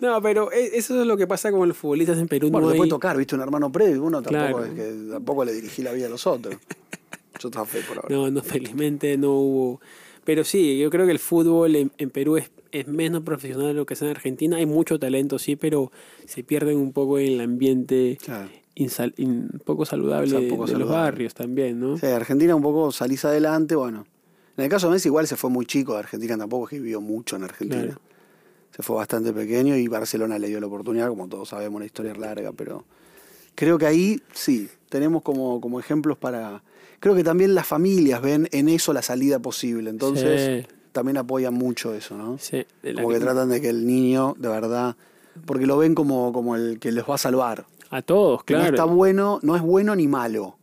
No, pero e- eso es lo que pasa con los futbolistas en Perú.
Bueno,
no
te
hay-
puede tocar, viste, un hermano previo, uno tampoco,
Claro.
es que, tampoco le dirigí la vida a los otros. Yo estaba fe por ahora.
No, no, felizmente no hubo. Pero sí, yo creo que el fútbol en, en Perú es, es menos profesional de lo que es en Argentina. Hay mucho talento, sí, pero se pierden un poco en el ambiente
Claro.
insal- in- poco saludable
O sea,
de-
poco
de los
saludable.
barrios también, ¿no?
Sí, Argentina un poco salís adelante, bueno. En el caso de Messi igual se fue muy chico de Argentina, tampoco es que vivió mucho en Argentina.
Claro.
Se fue bastante pequeño y Barcelona le dio la oportunidad, como todos sabemos, una historia es larga, pero creo que ahí sí, tenemos como, como ejemplos para... Creo que también las familias ven en eso la salida posible, entonces
Sí.
también apoyan mucho eso, ¿no?
Sí, de la
Como que
que-
tratan de que el niño, de verdad, porque lo ven como, como el que les va a salvar.
a todos,
Que
claro.
No está bueno, no es bueno ni malo.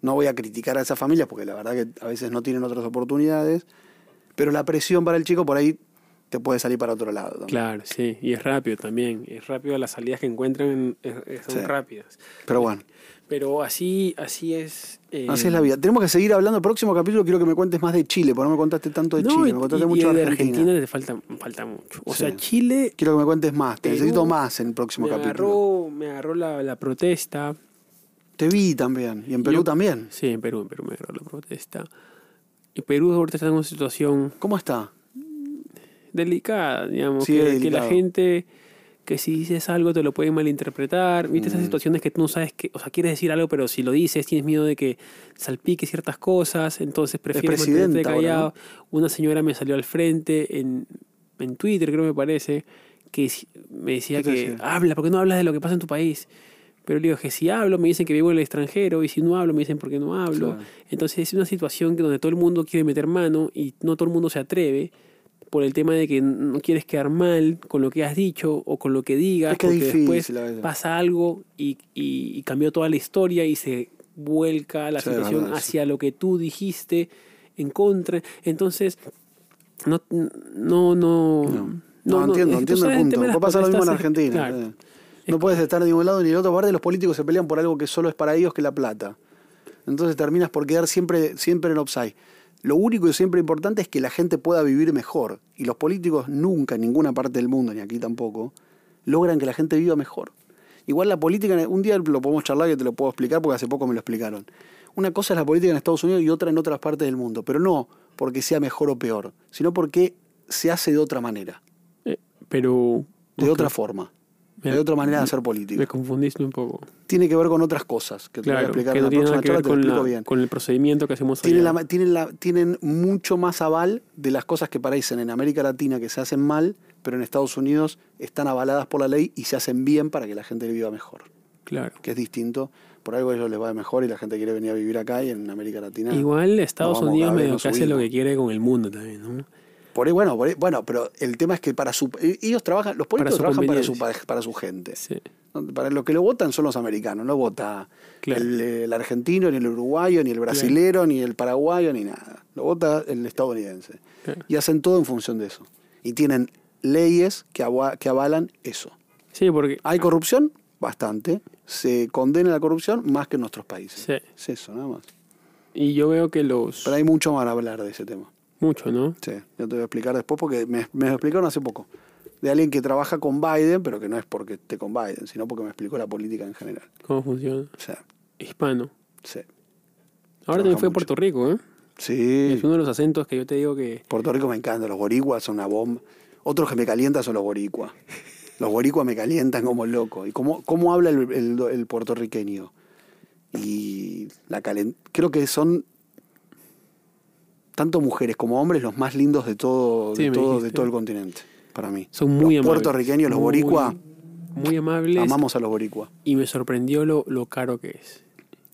No voy a criticar a esas familias porque la verdad que a veces no tienen otras oportunidades, pero la presión para el chico por ahí te puede salir para otro lado. también.
Claro, sí. Y es rápido también. Es rápido las salidas que encuentran es- es- son
Sí.
rápidas.
Pero bueno,
Pero así, así es. eh,
así es la vida. Tenemos que seguir hablando. Próximo capítulo quiero que me cuentes más de Chile, porque no me contaste tanto de
no,
Chile,
y-
me contaste
y-
mucho
y
de
de
Argentina.
Argentina te falta, falta mucho. O
Sí.
sea, Chile
Quiero que me cuentes más, te
Perú
necesito más en el próximo
me
capítulo.
agarró, me agarró la, la protesta.
Te vi también, y en Perú
Yo-
también.
Sí, en Perú, en Perú me agarró la protesta. Y Perú ahorita está en una situación
¿Cómo está?
delicada, digamos,
Sí,
que,
es
que la
delicado.
gente que si dices algo te lo pueden malinterpretar, viste esas situaciones que tú no sabes que, o sea, quieres decir algo, pero si lo dices tienes miedo de que salpique ciertas cosas, entonces prefieres mantenerte
presidenta ahora,
callado. Una señora me salió al frente en, en Twitter, creo me parece, que si- me decía
¿Qué te
que
decía?
habla, ¿por qué no hablas de lo que pasa en tu país? Pero le digo que si hablo me dicen que vivo en el extranjero y si no hablo me dicen por qué no hablo.
Claro.
Entonces es una situación que donde todo el mundo quiere meter mano y no todo el mundo se atreve por el tema de que no quieres quedar mal con lo que has dicho o con lo que digas
Es que es
porque
difícil, la
después
verdad.
pasa algo y, y- y cambió toda la historia y se vuelca la
Sí, es
situación
verdad, sí.
hacia lo que tú dijiste en contra. Entonces no no no eh,
No, entiendo,
es que tú
entiendo el
sabes
punto.
tema de las
Puede pasar lo mismo en
protestas,
Argentina.
claro.
Eh. No puedes estar de un lado ni del otro. Aparte, los políticos se pelean por algo que solo es para ellos, que es la plata. Entonces terminas por quedar siempre, siempre en offside. Lo único y siempre importante es que la gente pueda vivir mejor. Y los políticos nunca, en ninguna parte del mundo, ni aquí tampoco, logran que la gente viva mejor. Igual la política, un día lo podemos charlar y te lo puedo explicar porque hace poco me lo explicaron. Una cosa es la política en Estados Unidos y otra en otras partes del mundo. Pero no porque sea mejor o peor, sino porque se hace de otra manera
Eh, pero
de otra forma,
Mira,
de otra manera de hacer política.
me confundiste un poco.
Tiene que ver con otras cosas que te voy a
Claro, que
explicar
no
en
tiene
la
nada
próxima
que
charla,
ver
te lo
con,
explico
la-
bien.
con el procedimiento que hacemos
Tienen,
allá.
la- tienen, la- tienen mucho más aval de las cosas que parecen en América Latina que se hacen mal, pero en Estados Unidos están avaladas por la ley y se hacen bien para que la gente viva mejor,
Claro.
que es distinto. Por algo a ellos les va mejor y la gente quiere venir a vivir acá y en América Latina.
Igual Estados
vamos,
Unidos
cada vez
medio
nos
que hace lo
subimos.
que quiere con el mundo también, ¿no?
Por ahí- bueno, por ahí- bueno, pero el tema es que para su, ellos trabajan, los políticos
su
trabajan para su,
conveniencia.
para su gente.
Sí.
No, Para lo que lo votan son los americanos, no vota
Claro.
el, eh, el argentino, ni el uruguayo, ni el brasilero, ni el paraguayo, ni nada. Lo vota el estadounidense.
Claro.
Y hacen todo en función de eso. Y tienen leyes que, agua- que avalan eso.
Sí, porque
¿Hay corrupción? Bastante. Se condena la corrupción más que en nuestros países.
Sí.
Es eso, nada más.
y yo veo que los
Pero hay mucho más a hablar de ese tema.
mucho, ¿no?
Sí, yo te voy a explicar después porque me, me lo explicaron hace poco. De alguien que trabaja con Biden, pero que no es porque esté con Biden, sino porque me explicó la política en general.
Cómo funciona.
O sea,
Hispano.
sí.
Ahora
Trabaja
también fue a
mucho.
Puerto Rico, ¿eh?
Sí.
Es uno de los acentos que yo te digo que
Puerto Rico me encanta, los boricuas son una bomba. Otros que me calientan son los boricuas. Los boricuas me calientan como loco. ¿Y cómo, cómo habla el, el- el puertorriqueño? Y la calen- creo que son tanto mujeres como hombres los más lindos de todo,
Sí,
de
me
todo,
dijiste.
de todo el continente, para mí.
son muy
los
amables.
puertorriqueños, los
Muy-
boricuas,
Muy amables.
amamos a los boricuas.
Y me sorprendió lo, lo caro que es.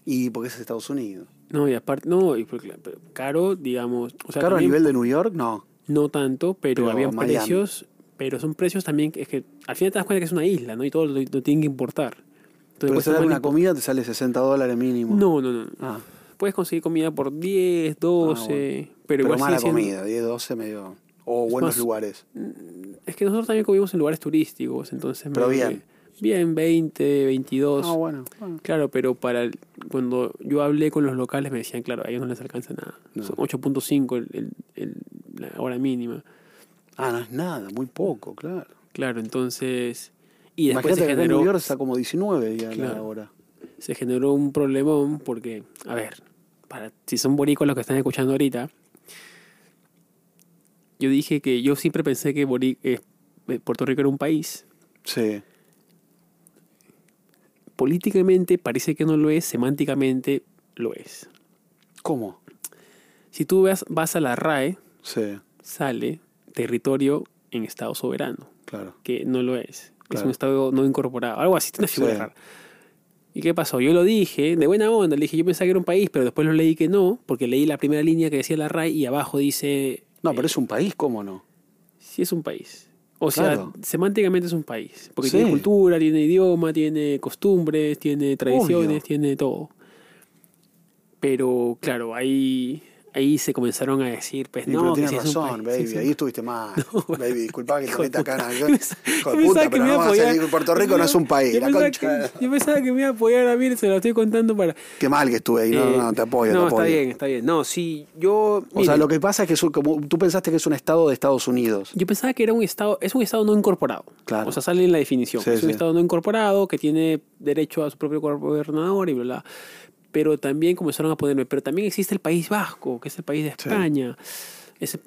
Y porque es Estados Unidos.
No, y aparte, no, y porque- pero caro, digamos. O sea,
claro, a
también-
nivel de New York, no.
No tanto, pero,
Pero
habían
Miami.
precios, pero son precios también que es que al final te das cuenta que es una isla, ¿no? Y todo lo, lo tienen que importar. Entonces,
Pero
cuesta
si
más
una
impo-
comida te sale 60 dólares mínimo.
No, no, no. no.
Ah.
Puedes conseguir comida por 10, 12,
Pero,
pero, igual sigue
mala
siendo-
comida, 10, 12 medio. O buenos
más-
lugares.
Es que nosotros también comimos en lugares turísticos, entonces...
Pero
medio
bien.
que- Bien, 20, 22.
Ah, bueno. bueno.
Claro, pero para el- cuando yo hablé con los locales me decían, claro, a ellos no les alcanza nada.
No.
Son 8.5 el- el- el- la hora mínima.
Ah, no es nada, muy poco, claro.
Claro, entonces... Y después
Imagínate
se
que acá en
generó...
New York está como 19 días la
Claro.
hora.
se generó un problemón porque, a ver, para, si son boricos los que están escuchando ahorita, yo dije que yo siempre pensé que Bori- eh, eh, Puerto Rico era un país.
Sí.
Políticamente parece que no lo es, semánticamente lo es.
¿Cómo?
Si tú vas, vas a la RAE,
Sí,
sale territorio en estado soberano,
claro.
que no lo es. Es
Claro.
un estado no incorporado, algo así, una figura
Sí.
rara. ¿Y qué pasó? Yo lo dije, de buena onda, le dije, yo pensaba que era un país, pero después lo leí que no, porque leí la primera línea que decía la RAI y abajo dice...
No, pero es un país, ¿cómo no?
Sí es un país. O sea,
Claro.
semánticamente es un país, porque
Sí.
tiene cultura, tiene idioma, tiene costumbres, tiene tradiciones,
Obvio.
tiene todo. Pero claro, ahí, ahí se comenzaron a decir, pues
Y
no,
pero
que
tienes
sí es un
razón,
país, sí
baby.
es un
Ahí estuviste mal. baby, disculpa que te
Hijo de
meta acá.
puta.
¿no?
Yo
Hijo
pensaba- yo
de
pensaba
puta,
que
pero
me
no
iba
vamos
a
a
apoyar.
salir. Puerto Rico no es un país.
Yo
La
pensaba
concha.
que- Yo pensaba que me iba a apoyar a mí, se lo estoy contando para...
Qué mal que estuve ahí. No,
Eh,
no, te apoyo,
no,
te apoyo.
está bien, está bien. No, sí, yo...
O sea,
miren,
lo que pasa es que es un- como, tú pensaste que es un estado de Estados Unidos.
Yo pensaba que era un estado, es un estado no incorporado.
Claro.
O sea, sale en la definición.
Sí,
es un
sí.
estado no incorporado que tiene derecho a su propio gobernador y bla, bla. Pero también comenzaron a ponerme, pero también existe el País Vasco, que es el país de
Sí.
España. Ese-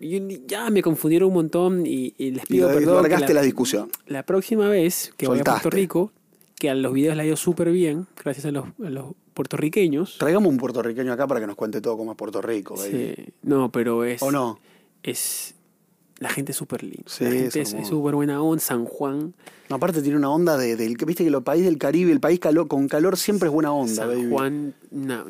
yo ni- ya me confundieron un montón y, y les
Y
pido
lo- y
perdón. que
largaste la
la,
discusión.
la próxima vez que vaya a
Soltaste.
Puerto Rico, que a los videos le ha ido súper bien, gracias a los, a los puertorriqueños.
Traigamos un puertorriqueño acá para que nos cuente todo cómo es Puerto Rico. baby.
Sí. no, pero es...
¿O no?
es La gente es súper linda.
Sí,
la
es
gente es-
hermoso.
es súper buena onda. San Juan.
No, aparte tiene una onda de, del... Viste que los países del Caribe, el país calor, con calor siempre es buena onda,
San
baby.
Juan una-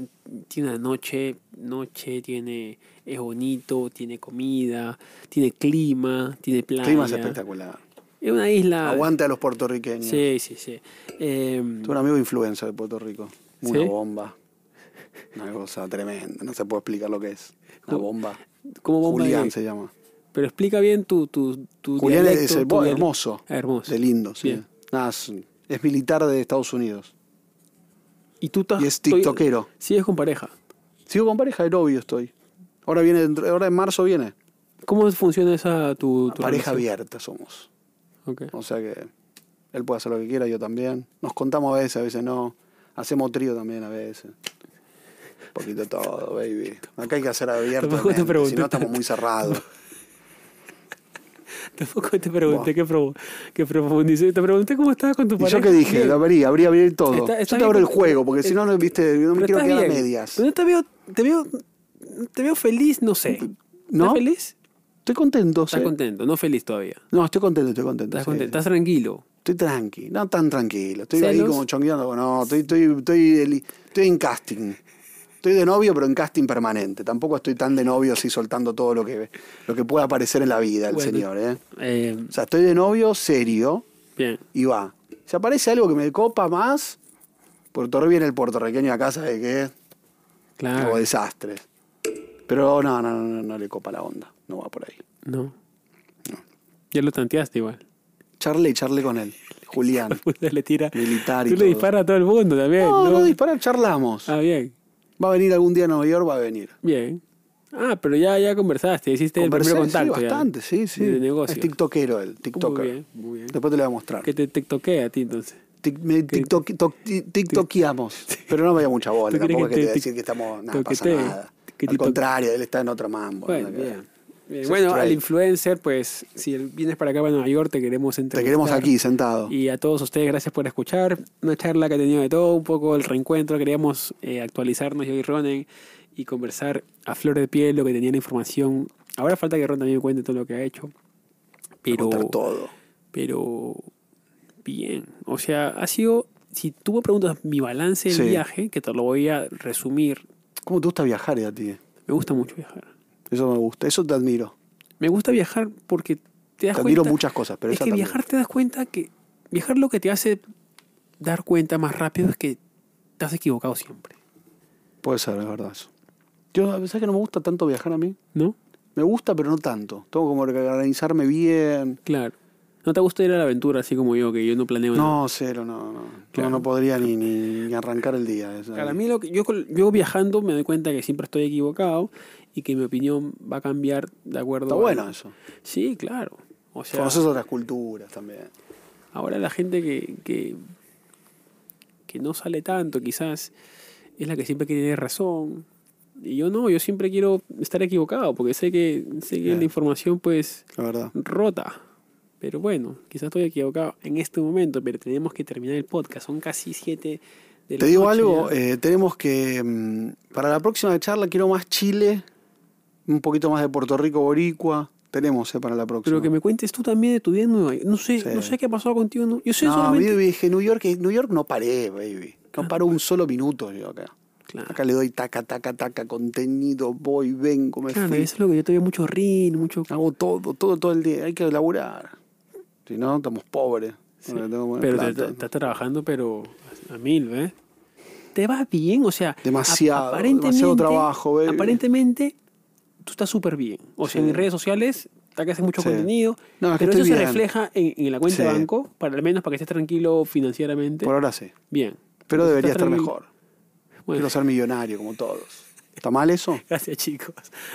tiene una noche, noche, tiene, es bonito, tiene comida, tiene clima, tiene playa.
El clima es espectacular.
Es una isla.
Aguante a los puertorriqueños.
Ah, Sí, sí, sí. Eh,
Tuve un amigo influencer de Puerto Rico. Una
¿Sí?
bomba. Una cosa tremenda. No se puede explicar lo que es. Una
Ju-
bomba.
¿Cómo bomba
Julián
de-
se llama.
Pero explica bien tu, tu, tu
Julián
dialecto,
es el
tu
bo-
dial-
hermoso.
Ah, hermoso.
De lindo, sí.
Bien.
Nada, es, es militar de Estados Unidos.
Y tú estás-
Y es
estoy-
tiktokero.
Sigues con pareja.
Sigo con pareja de novio estoy. Ahora viene, dentro- ahora en marzo viene.
¿Cómo funciona esa tu, tu
Pareja
relación?
abierta somos.
Ok.
O sea que él puede hacer lo que quiera, yo también. Nos contamos a veces, a veces no. Hacemos trío también a veces. Un poquito todo, baby. Acá hay que hacer abierto.
Tampoco te pregunté
Si no, estamos
tanto.
muy cerrados.
Tampoco te pregunté qué, pro, qué profundicé. Te pregunté cómo estabas con tu
¿Y
pareja.
yo qué dije?
Bien.
Lo abría, abría, abrir todo.
Está- está
yo te
bien
abro el
con-
juego, porque si
eh,
no, no, viste, no me quiero
Pero estás
quedar a
bien.
medias.
Pero no te veo, te veo, te veo feliz, no sé.
¿No?
¿Estás feliz?
Estoy contento,
Estás
sí.
contento, no feliz todavía.
No, estoy contento, estoy contento.
Estás
sí,
contento,
sí.
estás tranquilo.
Estoy tranqui, no tan tranquilo. Estoy ahí
¿Celos?
como chongueando. No, estoy, estoy, estoy, deli- estoy en casting. Estoy de novio, pero en casting permanente. Tampoco estoy tan de novio así soltando todo lo que, lo que pueda aparecer en la vida el
Bueno.
señor. ¿eh?
Eh,
O sea, estoy de novio serio
bien.
y va. Si aparece algo que me copa más, Puerto Rico viene el puertorriqueño a casa de qué
Claro.
o desastres. Pero no, no, no, no le copa la onda. No va por ahí.
No. Ya lo tanteaste igual.
Charle y charle con él. Julián.
Usted le tira.
Militar y
Tú le
todo.
disparas a todo el mundo también.
No,
No,
no, disparar, charlamos.
Ah, bien.
Va a venir algún día a Nueva York, va a venir.
Bien. Ah, pero ya, ya conversaste, hiciste
Conversé,
el primer contacto.
sí,
ya.
bastante, sí, sí.
De negocio.
Es tiktokero él, tiktoker.
Muy bien, muy bien.
Después te lo voy a mostrar.
Que te tiktoquea a ti entonces.
Tic- me tiktok- toc- ti- tiktokeamos. Pero no me dio mucha bola,
¿Tú crees
tampoco es
que
que te
te
voy a
tic-
decir que estamos, nada, pasa
toquete-
nada.
que
Al
tiktok-
contrario, él está en otra mambo.
Bueno,
nada que ver.
bien. Bien,
Es
Bueno, al
straight.
influencer, pues, si vienes para acá, para Nueva York, te queremos
Te
entrevistar.
queremos aquí, sentado.
Y a todos ustedes, gracias por escuchar. Una charla que ha tenido de todo, un poco el reencuentro. Queríamos eh, actualizarnos yo y Ronen y conversar a flor de piel lo que tenía la información. Ahora falta que Ron también cuente todo lo que ha hecho. Pero,
Contar todo.
pero bien. O sea, ha sido. Si tú me preguntas mi balance del
Sí.
viaje, que te lo voy a resumir,
¿Cómo te gusta viajar, eh, a ti?
me gusta mucho viajar.
Eso me gusta, eso te admiro.
Me gusta viajar porque te das
Te
cuenta.
admiro muchas cosas, pero
es
esa
que
también.
viajar te das cuenta que. Viajar lo que te hace dar cuenta más rápido es que te has equivocado siempre.
Puede ser, es verdad eso. Yo, ¿sabes que no me gusta tanto viajar a mí?
¿No?
Me gusta, pero no tanto. Tengo como que organizarme bien.
Claro. ¿No te gusta ir a la aventura así como yo, que yo no planeo nada?
No, cero, no, no. No, no podría ni, ni- ni arrancar el día. es
Para
ahí.
mí, lo que, yo, col- yo viajando me doy cuenta que siempre estoy equivocado y que mi opinión va a cambiar de acuerdo
Está
a-
bueno eso.
Sí, claro. O sea,
Conoces otras culturas también.
ahora la gente que, que, que no sale tanto, quizás, es la que siempre quiere tener razón. Y yo no, yo siempre quiero estar equivocado, porque sé que, sé que
Claro.
la información pues
La verdad.
rota. Pero bueno, quizás estoy equivocado en este momento, pero tenemos que terminar el podcast. Son casi siete de la
Te digo
noche
algo,
ya.
eh, tenemos que. mm, Para la próxima charla quiero más Chile, un poquito más de Puerto Rico, Boricua. Tenemos eh, para la próxima.
pero que me cuentes tú también de tu vida en Nueva York. No sé,
Sí.
no sé qué pasó contigo. no- Yo sé
no,
solamente... Ah.
baby, dije, New York, New York no paré, baby. No paro un solo minuto yo acá.
Claro.
Acá le doy taca, taca, taca, contenido, voy, vengo, me
Claro,
fui.
eso es lo que yo te veo mucho rin, mucho...
Hago todo, todo, todo el día. Hay que laburar. Si no, estamos pobres. No le tengo que poner
Pero te-
plata.
te- estás trabajando, pero a a mil, ¿ves? Te va bien, o sea... ap-
Demasiado, demasiado trabajo, baby.
Aparentemente, tú estás súper bien. O sea,
Sí.
en redes sociales, acá haces mucho
Sí.
contenido,
No, es que
pero
estoy
eso se
bien.
refleja en, en la cuenta de
Sí.
banco, para al menos para que estés tranquilo financieramente.
Por ahora sí.
Bien.
Pero
Entonces,
debería
estás
estar
tranquilo.
mejor.
Bueno,
Quiero ser millonario como todos. ¿Está mal eso?
gracias, chicos.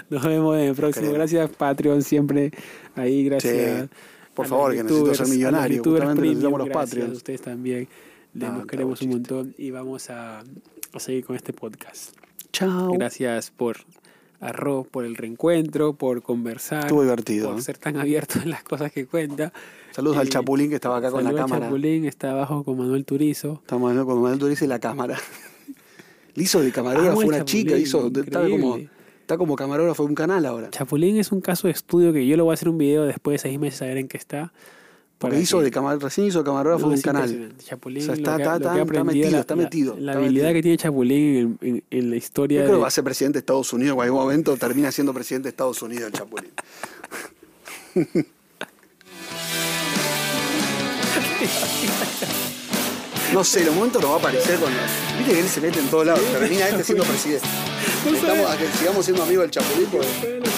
Nos vemos en el próximo.
Creo.
Gracias, Patreon, siempre ahí, gracias.
Sí. Por
a
favor,
los
que necesito
youtubers,
ser
a los
millonario,
youtubers
justamente necesitamos los
gracias
Patreons.
A ustedes también. Les
Ah,
nos
está
queremos un
buen
montón y vamos a, a seguir con este podcast.
Chao.
Gracias por arroz, por el reencuentro, por conversar,
Estuvo divertido.
por
¿eh?
ser tan abierto en las cosas que cuenta.
Saludos al
Y
Chapulín que estaba acá con la
saluda a
cámara.
Chapulín, está abajo con Manuel Turizo.
Estamos hablando con Manuel Duriz y la cámara. Le hizo de camarógrafo
Amo al
una chica,
Chapulín,
hizo. Estaba como.
increíble.
Estaba Está como camarógrafo de un canal ahora.
Chapulín es un caso de estudio que yo lo voy a hacer un video después de seis meses a ver en qué está.
Porque hizo de camar- recién hizo de camarógrafo de un canal.
Chapulín
O sea,
lo
está-
que-
está-
lo que
está- está
ha aprendido,
metido,
la-
está
la-
metido,
La,
está
habilidad
metido.
que tiene Chapulín en, en- en la historia.
Yo creo
de-
que va a ser presidente de Estados Unidos en algún momento, termina siendo presidente de Estados Unidos el Chapulín. No sé, en un momento nos va a aparecer cuando. Viste que eh, él se mete en todos lados, termina este siendo presidente. Necesitamos a que sigamos siendo amigos del Chapulín porque